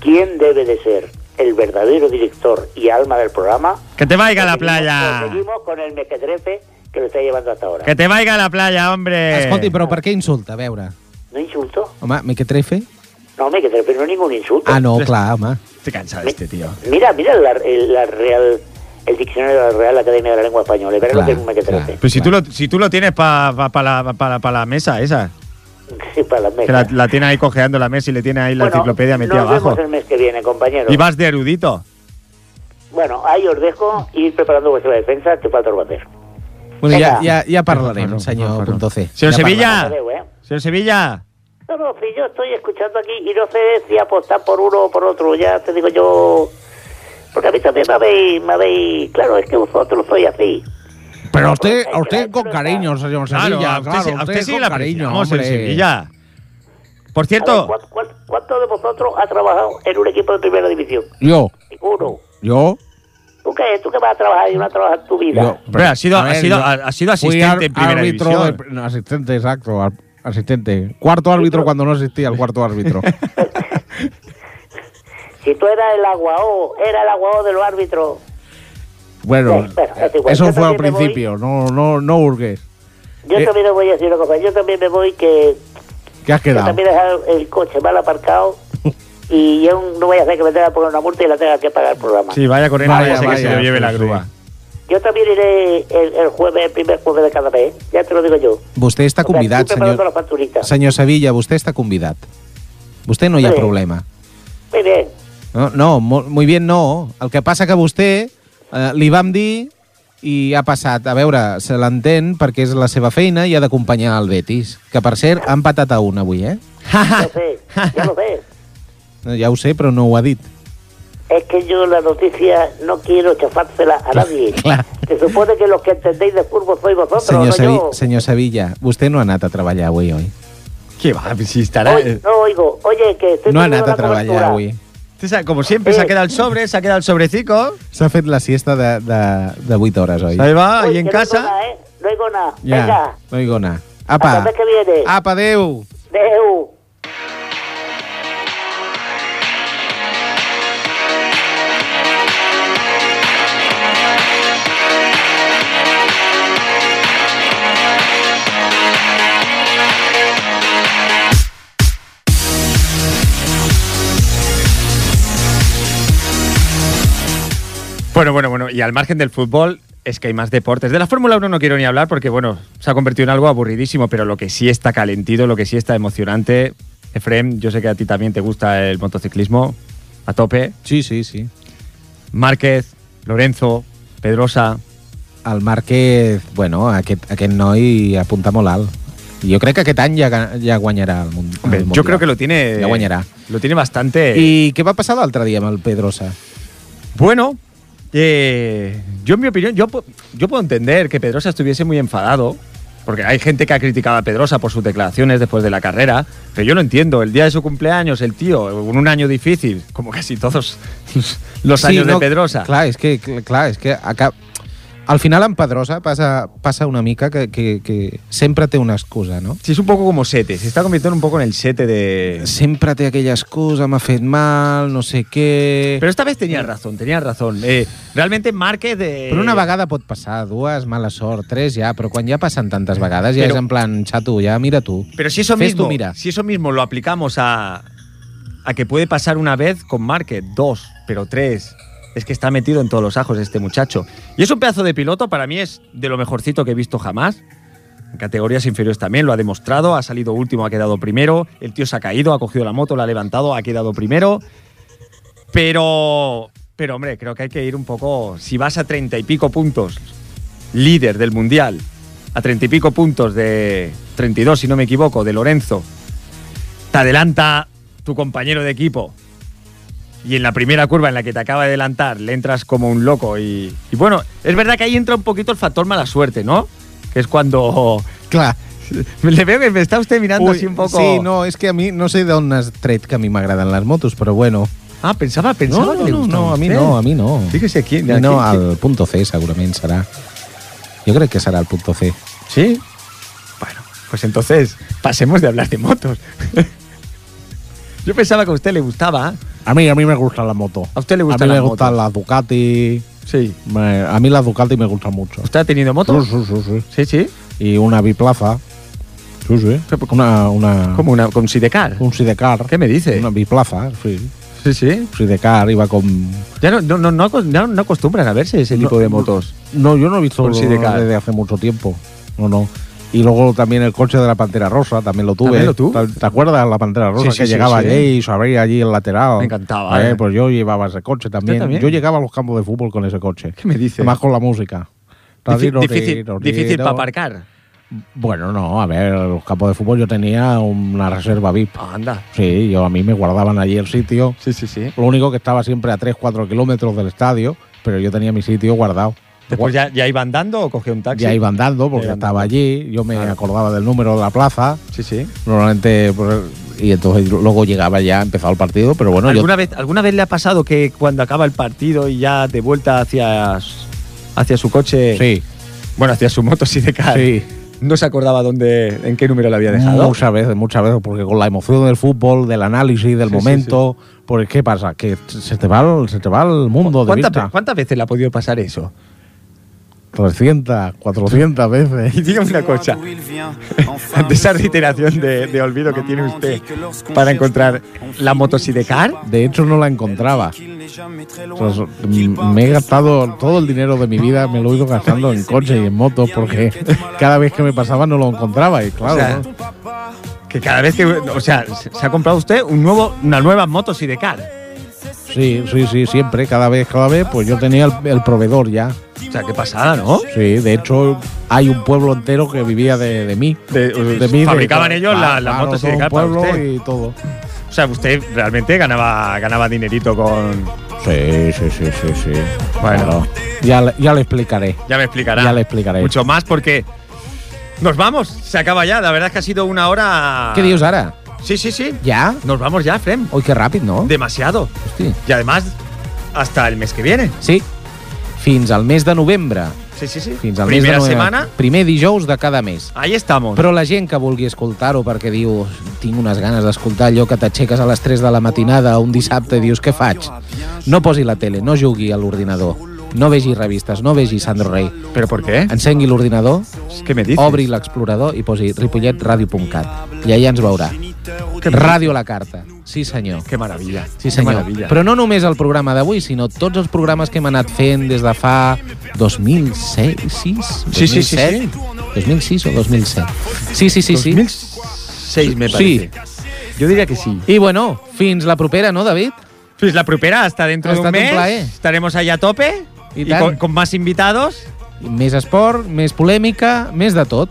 Speaker 9: quién debe de ser el verdadero director y alma del programa.
Speaker 1: ¡Que te vaya a la
Speaker 9: O seguimos-
Speaker 1: playa!
Speaker 9: o Seguimos con el mequetrefe que lo está llevando hasta ahora.
Speaker 1: ¡Que te vaya a la playa, hombre!
Speaker 4: Escolti, però per què insulta? A veure.
Speaker 9: ¿No insulto?
Speaker 4: Home, me que trefe?
Speaker 9: No, mequetrefe no es ningún insulto.
Speaker 4: Ah, no, clar, home.
Speaker 1: Estoy cansado de este tío.
Speaker 9: Mira, mira la, el, la Real, el diccionario de la Real Academia de la Lengua Española. y Verás lo
Speaker 4: Claro,
Speaker 9: que es un mequetrefe.
Speaker 4: claro.
Speaker 1: Pero Pues si tú lo, si tú lo tienes para la, pa- pa la mesa esa,
Speaker 9: [laughs] Sí, para las
Speaker 1: que
Speaker 9: mesas.
Speaker 1: la, la tiene ahí cojeando la mesa y le tiene ahí la
Speaker 9: Bueno,
Speaker 1: enciclopedia metida
Speaker 9: nos
Speaker 1: abajo.
Speaker 9: vemos el mes que viene, compañeros.
Speaker 1: Y vas de erudito.
Speaker 9: Bueno, ahí os dejo ir preparando vuestra defensa, que falta os va a hacer.
Speaker 4: Bueno, ja,
Speaker 9: Vinga.
Speaker 4: ja, ja parlarem,
Speaker 1: Farrón,
Speaker 4: senyor
Speaker 1: Farrón.
Speaker 4: Punto C.
Speaker 1: Senyor
Speaker 4: Ja
Speaker 1: Sevilla. Ah.
Speaker 9: Adeu, ¿eh?
Speaker 1: Señor Sevilla,
Speaker 9: No, no, si yo estoy escuchando aquí y no sé si apostar por uno o por otro, ya te digo yo... Porque a mí también me habéis... Me habéis claro, es que vosotros soy así.
Speaker 2: Pero a usted, a usted con cariño, señor
Speaker 1: claro,
Speaker 2: Sevilla.
Speaker 1: a usted, sí-
Speaker 2: claro,
Speaker 1: a usted sí
Speaker 2: con
Speaker 1: la
Speaker 2: cariño,
Speaker 1: apreciamos, el
Speaker 2: hombre.
Speaker 1: Sevilla. Por
Speaker 9: A ver,
Speaker 1: cierto,
Speaker 9: ¿cuán- cuán- ¿Cuántos de vosotros ha trabajado en un equipo de primera división?
Speaker 2: Yo,
Speaker 9: Ninguno.
Speaker 2: yo,
Speaker 9: ¿Tú qué, tú qué vas a trabajar y no has trabajado en tu vida?
Speaker 2: yo.
Speaker 1: hombre, ha sido,
Speaker 2: A
Speaker 1: ha
Speaker 2: ver,
Speaker 1: sido,
Speaker 2: yo
Speaker 1: ha- ha sido
Speaker 2: fui
Speaker 1: asistente
Speaker 2: ar-
Speaker 1: en primera
Speaker 2: árbitro
Speaker 1: división.
Speaker 2: de pr- asistente, exacto, ar- asistente. Cuarto árbitro cuando no existía el cuarto
Speaker 9: [laughs]
Speaker 2: árbitro.
Speaker 9: Si tú eras el aguao, era el aguao de los árbitros.
Speaker 2: Bueno,
Speaker 9: Bueno, es igual,
Speaker 2: eso
Speaker 9: yo
Speaker 2: fue al
Speaker 9: también me
Speaker 2: principio, no, no, no hurgues.
Speaker 9: Yo
Speaker 2: Eh.
Speaker 9: también os voy a decir una cosa. Yo también me voy que
Speaker 2: ¿Qué has
Speaker 9: que
Speaker 2: quedado?
Speaker 9: también he dejado el coche
Speaker 4: [laughs]
Speaker 9: mal aparcado y yo no voy a hacer que me tenga que poner una multa y la tenga que pagar el programa.
Speaker 1: Sí, vaya corriendo,
Speaker 2: Vaya,
Speaker 1: vaya, que se
Speaker 2: vaya,
Speaker 1: lo lleve la
Speaker 2: sí,
Speaker 1: grúa.
Speaker 9: Yo también iré el, el jueves, el primer jueves de cada mes. Ya te lo digo yo.
Speaker 4: Vostè està
Speaker 9: O sea,
Speaker 4: convidat,
Speaker 9: estoy preparando
Speaker 4: senyor,
Speaker 9: las facturitas.
Speaker 4: senyor Sevilla, vostè està convidat. Vostè no hi ha
Speaker 9: Sí.
Speaker 4: problema.
Speaker 9: Muy bien.
Speaker 4: No, no mo- muy bien no. El que passa que vostè eh, li vam dir i ha passat. A veure, se l'entén perquè és la seva feina i ha d'acompanyar el Betis. Que, per cert, ha empatat a un avui, eh? [laughs]
Speaker 1: [laughs]
Speaker 9: Lo sé, ya lo sé.
Speaker 4: No, Ja ho sé, però no ho ha dit.
Speaker 9: Es que yo la noticia no quiero chafársela a nadie.
Speaker 4: Claro.
Speaker 9: Se supone que los que entendéis de fútbol sois vosotros,
Speaker 4: Senyor,
Speaker 9: no
Speaker 4: Sevi
Speaker 9: yo.
Speaker 4: senyor Sevilla, vostè no ha anat a treballar avui, oi?
Speaker 1: ¿Qué va? Si estará. eh,
Speaker 9: Oye, no oigo. Oye, que estoy
Speaker 4: No ha
Speaker 9: teniendo
Speaker 4: anat a
Speaker 9: una
Speaker 4: treballar
Speaker 9: cobertura.
Speaker 4: avui.
Speaker 1: Tú sabes, Como siempre, Este se ha quedado el sobre, se ha quedado el sobrecico.
Speaker 4: S'ha fet la siesta de, de, de 8 hores, oi?
Speaker 1: Ahí va,
Speaker 9: Oye,
Speaker 1: y en
Speaker 9: que no oigo
Speaker 1: casa.
Speaker 9: nada, ¿eh? No oigo nada.
Speaker 4: Ja,
Speaker 9: Venga.
Speaker 4: no hi gona.
Speaker 9: Hasta el
Speaker 4: Apa,
Speaker 9: mes que viene.
Speaker 4: apa, adeu!
Speaker 9: Adeu.
Speaker 1: Bueno, bueno, bueno. Y al margen del fútbol, es que hay más deportes. De la Fórmula 1 no quiero ni hablar porque, bueno, se ha convertido en algo aburridísimo, pero lo que sí está calentito, lo que sí está emocionante. Efrem, yo sé que a ti también te gusta el motociclismo a tope.
Speaker 4: Sí, sí, sí.
Speaker 1: Márquez, Lorenzo, Pedrosa.
Speaker 4: El Márquez, bueno, aquest, aquest noi apunta molt alt. Jo crec que aquest any ja, ga- ja guanyarà el, Mun- el
Speaker 1: Hombre,
Speaker 4: Mundial.
Speaker 1: yo creo que lo tiene.
Speaker 4: Ya guañará.
Speaker 1: Lo tiene bastante.
Speaker 4: I què va passar l'altre dia amb el Pedrosa?
Speaker 1: Bueno, eh, yo en mi opinión, yo, pu- yo puedo entender que Pedrosa estuviese muy enfadado, porque hay gente que ha criticado a Pedrosa por sus declaraciones después de la carrera, pero yo lo entiendo. El día de su cumpleaños, el tío, en un año difícil, como casi todos [laughs] los
Speaker 4: Sí,
Speaker 1: años
Speaker 4: no,
Speaker 1: de Pedrosa.
Speaker 4: Clar, és que, cl- clar, és que acab... al final amb Pedrosa passa, passa una mica que, que, que sempre té una excusa, no?
Speaker 1: Sí, es un poco como Sete, se está convirtiendo un poco en el Sete de...
Speaker 4: Sempre té aquella excusa, m'ha fet mal, no sé què...
Speaker 1: Pero esta vez tenía razón, tenía razón. Eh, realmente Márquez... de
Speaker 4: Però una vegada pot passar, dues, mala sort, tres ja, però quan ja passen tantes vegades ja
Speaker 1: Però-
Speaker 4: és en plan, xato, ja mira tu.
Speaker 1: Pero si eso
Speaker 4: Fes tu,
Speaker 1: mismo,
Speaker 4: mira.
Speaker 1: si eso mismo lo aplicamos a, a que puede pasar una vez con Márquez, dos, pero tres. Es que está metido en todos los ajos este muchacho. Y es un pedazo de piloto, para mí es de lo mejorcito que he visto jamás. En categorías inferiores también lo ha demostrado, ha salido último, ha quedado primero, el tío se ha caído, ha cogido la moto, la ha levantado, ha quedado primero. Pero, pero hombre, creo que hay que ir un poco, si vas a treinta y pico puntos, líder del Mundial, a treinta y pico puntos de 32, si no me equivoco, de Lorenzo, te adelanta tu compañero de equipo y en la primera curva en la que te acaba de adelantar le entras como un loco y, y bueno, es verdad que ahí entra un poquito el factor mala suerte, ¿no? Que es cuando... [laughs]
Speaker 4: Clar.
Speaker 1: Le veo que me está usted mirando así un poco...
Speaker 4: Sí, no, és que a mi no sé d'on has tret que a mi m'agraden les motos, però bueno.
Speaker 1: Ah, pensaba, pensaba
Speaker 4: no,
Speaker 1: que le
Speaker 4: no,
Speaker 1: gustaba
Speaker 4: no, a mi
Speaker 1: usted.
Speaker 4: no, a mi no.
Speaker 1: Fíjese aquí,
Speaker 4: A mi no,
Speaker 1: aquí-
Speaker 4: al punto C segurament serà. Jo crec que serà el punto C.
Speaker 1: Sí. Bueno, pues entonces pasemos de hablar de motos. [laughs] Yo pensaba que a usted le gustaba.
Speaker 2: A mí, a mí me gusta la moto.
Speaker 1: A usted le
Speaker 2: A
Speaker 1: gusta
Speaker 2: mí me
Speaker 1: las
Speaker 2: gusta
Speaker 1: motos.
Speaker 2: la Ducati.
Speaker 1: Sí.
Speaker 2: me- a mí la Ducati me gusta mucho.
Speaker 1: ¿Usted ha tenido motos?
Speaker 2: Sí, sí, sí, sí.
Speaker 1: Sí, sí.
Speaker 2: Y una biplaza. Sí, sí. Una, una,
Speaker 1: Como una con sidecar.
Speaker 2: un sidecar.
Speaker 1: ¿Qué me dice?
Speaker 2: Una biplaza, sí.
Speaker 1: Sí, sí.
Speaker 2: Sidecar iba con
Speaker 1: Ya no, no, no, no, acos- ya no acostumbran a verse ese
Speaker 2: No,
Speaker 1: tipo de
Speaker 2: no.
Speaker 1: motos.
Speaker 2: No, yo no he visto
Speaker 1: Con sidecar.
Speaker 2: desde hace mucho tiempo. No, no. Y luego también el coche de la Pantera Rosa, también lo tuve.
Speaker 1: ¿También lo tuvo?
Speaker 2: ¿Te, te acuerdas de la Pantera Rosa?
Speaker 1: sí,
Speaker 2: que
Speaker 1: sí,
Speaker 2: llegaba
Speaker 1: sí.
Speaker 2: allí y se abría allí el lateral.
Speaker 1: Me encantaba,
Speaker 2: Eh,
Speaker 1: eh.
Speaker 2: Pues yo llevaba ese coche también.
Speaker 1: también?
Speaker 2: Yo llegaba a los campos de fútbol con ese coche.
Speaker 1: ¿Qué me dice?
Speaker 2: Además con la música.
Speaker 1: Difí-
Speaker 2: Tadiro,
Speaker 1: difícil
Speaker 2: tiro,
Speaker 1: difícil
Speaker 2: tiro.
Speaker 1: para aparcar.
Speaker 2: Bueno, no, a ver, en los campos de fútbol yo tenía una reserva VIP.
Speaker 1: Ah, anda.
Speaker 2: Sí, yo a mí me guardaban allí el sitio.
Speaker 1: Sí, sí, sí.
Speaker 2: Lo único que estaba siempre a 3-4 kilómetros del estadio, pero yo tenía mi sitio guardado.
Speaker 1: Después ya, ya iba andando o cogió un taxi.
Speaker 2: Ya iba andando porque
Speaker 1: Iba andando.
Speaker 2: estaba allí, yo me
Speaker 1: Claro.
Speaker 2: acordaba del número de la plaza,
Speaker 1: Sí, sí.
Speaker 2: normalmente, pues, y entonces luego llegaba ya, empezado el partido, pero bueno, yo...
Speaker 1: ¿Alguna, vez, ¿Alguna vez le ha pasado que cuando acaba el partido y ya de vuelta hacia, hacia su coche?
Speaker 2: Sí,
Speaker 1: Bueno, hacia su moto sidecar.
Speaker 2: sí.
Speaker 1: no se acordaba dónde, en qué número lo había dejado.
Speaker 2: Muchas veces, muchas veces, porque con la emoción del fútbol, del análisis, del
Speaker 1: Sí, sí,
Speaker 2: momento, porque ¿qué pasa? Que se te va el, se te va el mundo de
Speaker 1: ¿Cuántas,
Speaker 2: vista.
Speaker 1: cuántas veces le ha podido pasar eso?
Speaker 2: 300, 400 veces.
Speaker 1: Y dígame una cosa,
Speaker 2: [laughs]
Speaker 1: de esa reiteración de, de olvido que tiene usted para encontrar la motosidecar,
Speaker 2: De hecho, no la encontraba. O sea, mm, me he gastado todo el dinero de mi vida, me lo he ido gastando en coche y en moto, porque [laughs] cada vez que me pasaba no lo encontraba. Y claro,
Speaker 1: O sea,
Speaker 2: ¿no?
Speaker 1: que cada vez que, o sea, se se ha comprado usted un nuevo, una nueva motosidecar.
Speaker 2: sí, sí, sí, siempre, cada vez, cada vez, pues yo tenía el, el proveedor ya.
Speaker 1: O sea, qué pasada, ¿no?
Speaker 2: Sí, de hecho, hay un pueblo entero que vivía de, de mí.
Speaker 1: De-
Speaker 2: De mí, de-
Speaker 1: fabricaban ellos la-
Speaker 2: Ah,
Speaker 1: las
Speaker 2: claro,
Speaker 1: motos
Speaker 2: todo un
Speaker 1: sidecar para
Speaker 2: pueblo
Speaker 1: usted.
Speaker 2: y todo.
Speaker 1: O sea, usted realmente ganaba, ganaba dinerito con.
Speaker 2: Sí, sí, sí, sí, sí.
Speaker 1: Bueno.
Speaker 2: Claro. Ya, le- ya le explicaré.
Speaker 1: Ya me explicará.
Speaker 2: Ya le explicaré.
Speaker 1: Mucho más porque. Nos vamos, se acaba ya. La verdad es que ha sido una hora.
Speaker 4: ¿Qué dios ahora?
Speaker 1: Sí, sí, sí.
Speaker 4: ¿Ya?
Speaker 1: Nos vamos ya, Frem.
Speaker 4: Hoy qué ràpid, no?
Speaker 1: Demasiado.
Speaker 4: Hosti.
Speaker 1: Y además, hasta el mes que viene.
Speaker 4: Sí. Fins al mes de novembre.
Speaker 1: Sí, sí, sí.
Speaker 4: Fins al
Speaker 1: Primera
Speaker 4: mes de novembre.
Speaker 1: semana,
Speaker 4: Primer dijous de cada mes.
Speaker 1: ahí estamos.
Speaker 4: Però la gent que vulgui escoltar-ho perquè diu tinc unes ganes d'escoltar allò que t'aixeques a les 3 de la matinada un dissabte i dius què faig? No posi la tele, no jugui a l'ordinador, no vegi revistes, no vegi Sandro Rey.
Speaker 1: ¿Pero por qué?
Speaker 4: Encengui l'ordinador,
Speaker 1: ¿Qué me dices?
Speaker 4: obri l'explorador i posi ripolletradio.cat i allà ens veurà. Ràdio a la carta. Sí, senyor.
Speaker 1: Qué maravilla.
Speaker 4: Sí, senyor.
Speaker 1: maravilla.
Speaker 4: Però no només el programa d'avui, sinó tots els programes que hem anat fent des de fa 2006, 2007,
Speaker 1: Sí, sí, sí, sí.
Speaker 4: 2006 o 2007. Sí, sí, sí, sí.
Speaker 1: 2006 me
Speaker 4: Sí.
Speaker 1: parece. Yo diría que sí.
Speaker 4: I bueno, fins la propera, no, David?
Speaker 1: Pues la propera, hasta dentro
Speaker 4: Ha
Speaker 1: de un
Speaker 4: estat un
Speaker 1: mes.
Speaker 4: plaer.
Speaker 1: Estaremos ahí a tope.
Speaker 4: I
Speaker 1: y
Speaker 4: tant.
Speaker 1: con, con más invitados.
Speaker 4: Més esport, més polèmica, més de tot.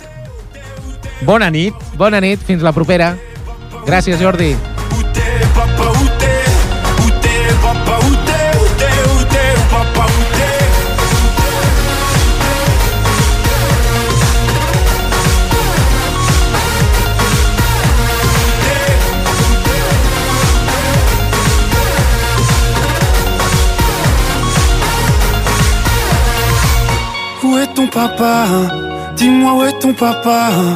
Speaker 1: Bona nit.
Speaker 4: Bona nit, fins la propera. Gràcies, Jordi.
Speaker 11: Où t'es, papa, où t'es Où t'es, papa, où t'es Où t'es, où t'es, où papa, où t'es
Speaker 12: Où est ton papa hein Dis-moi où est ton papa hein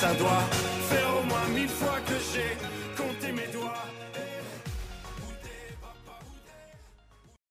Speaker 12: Ça doit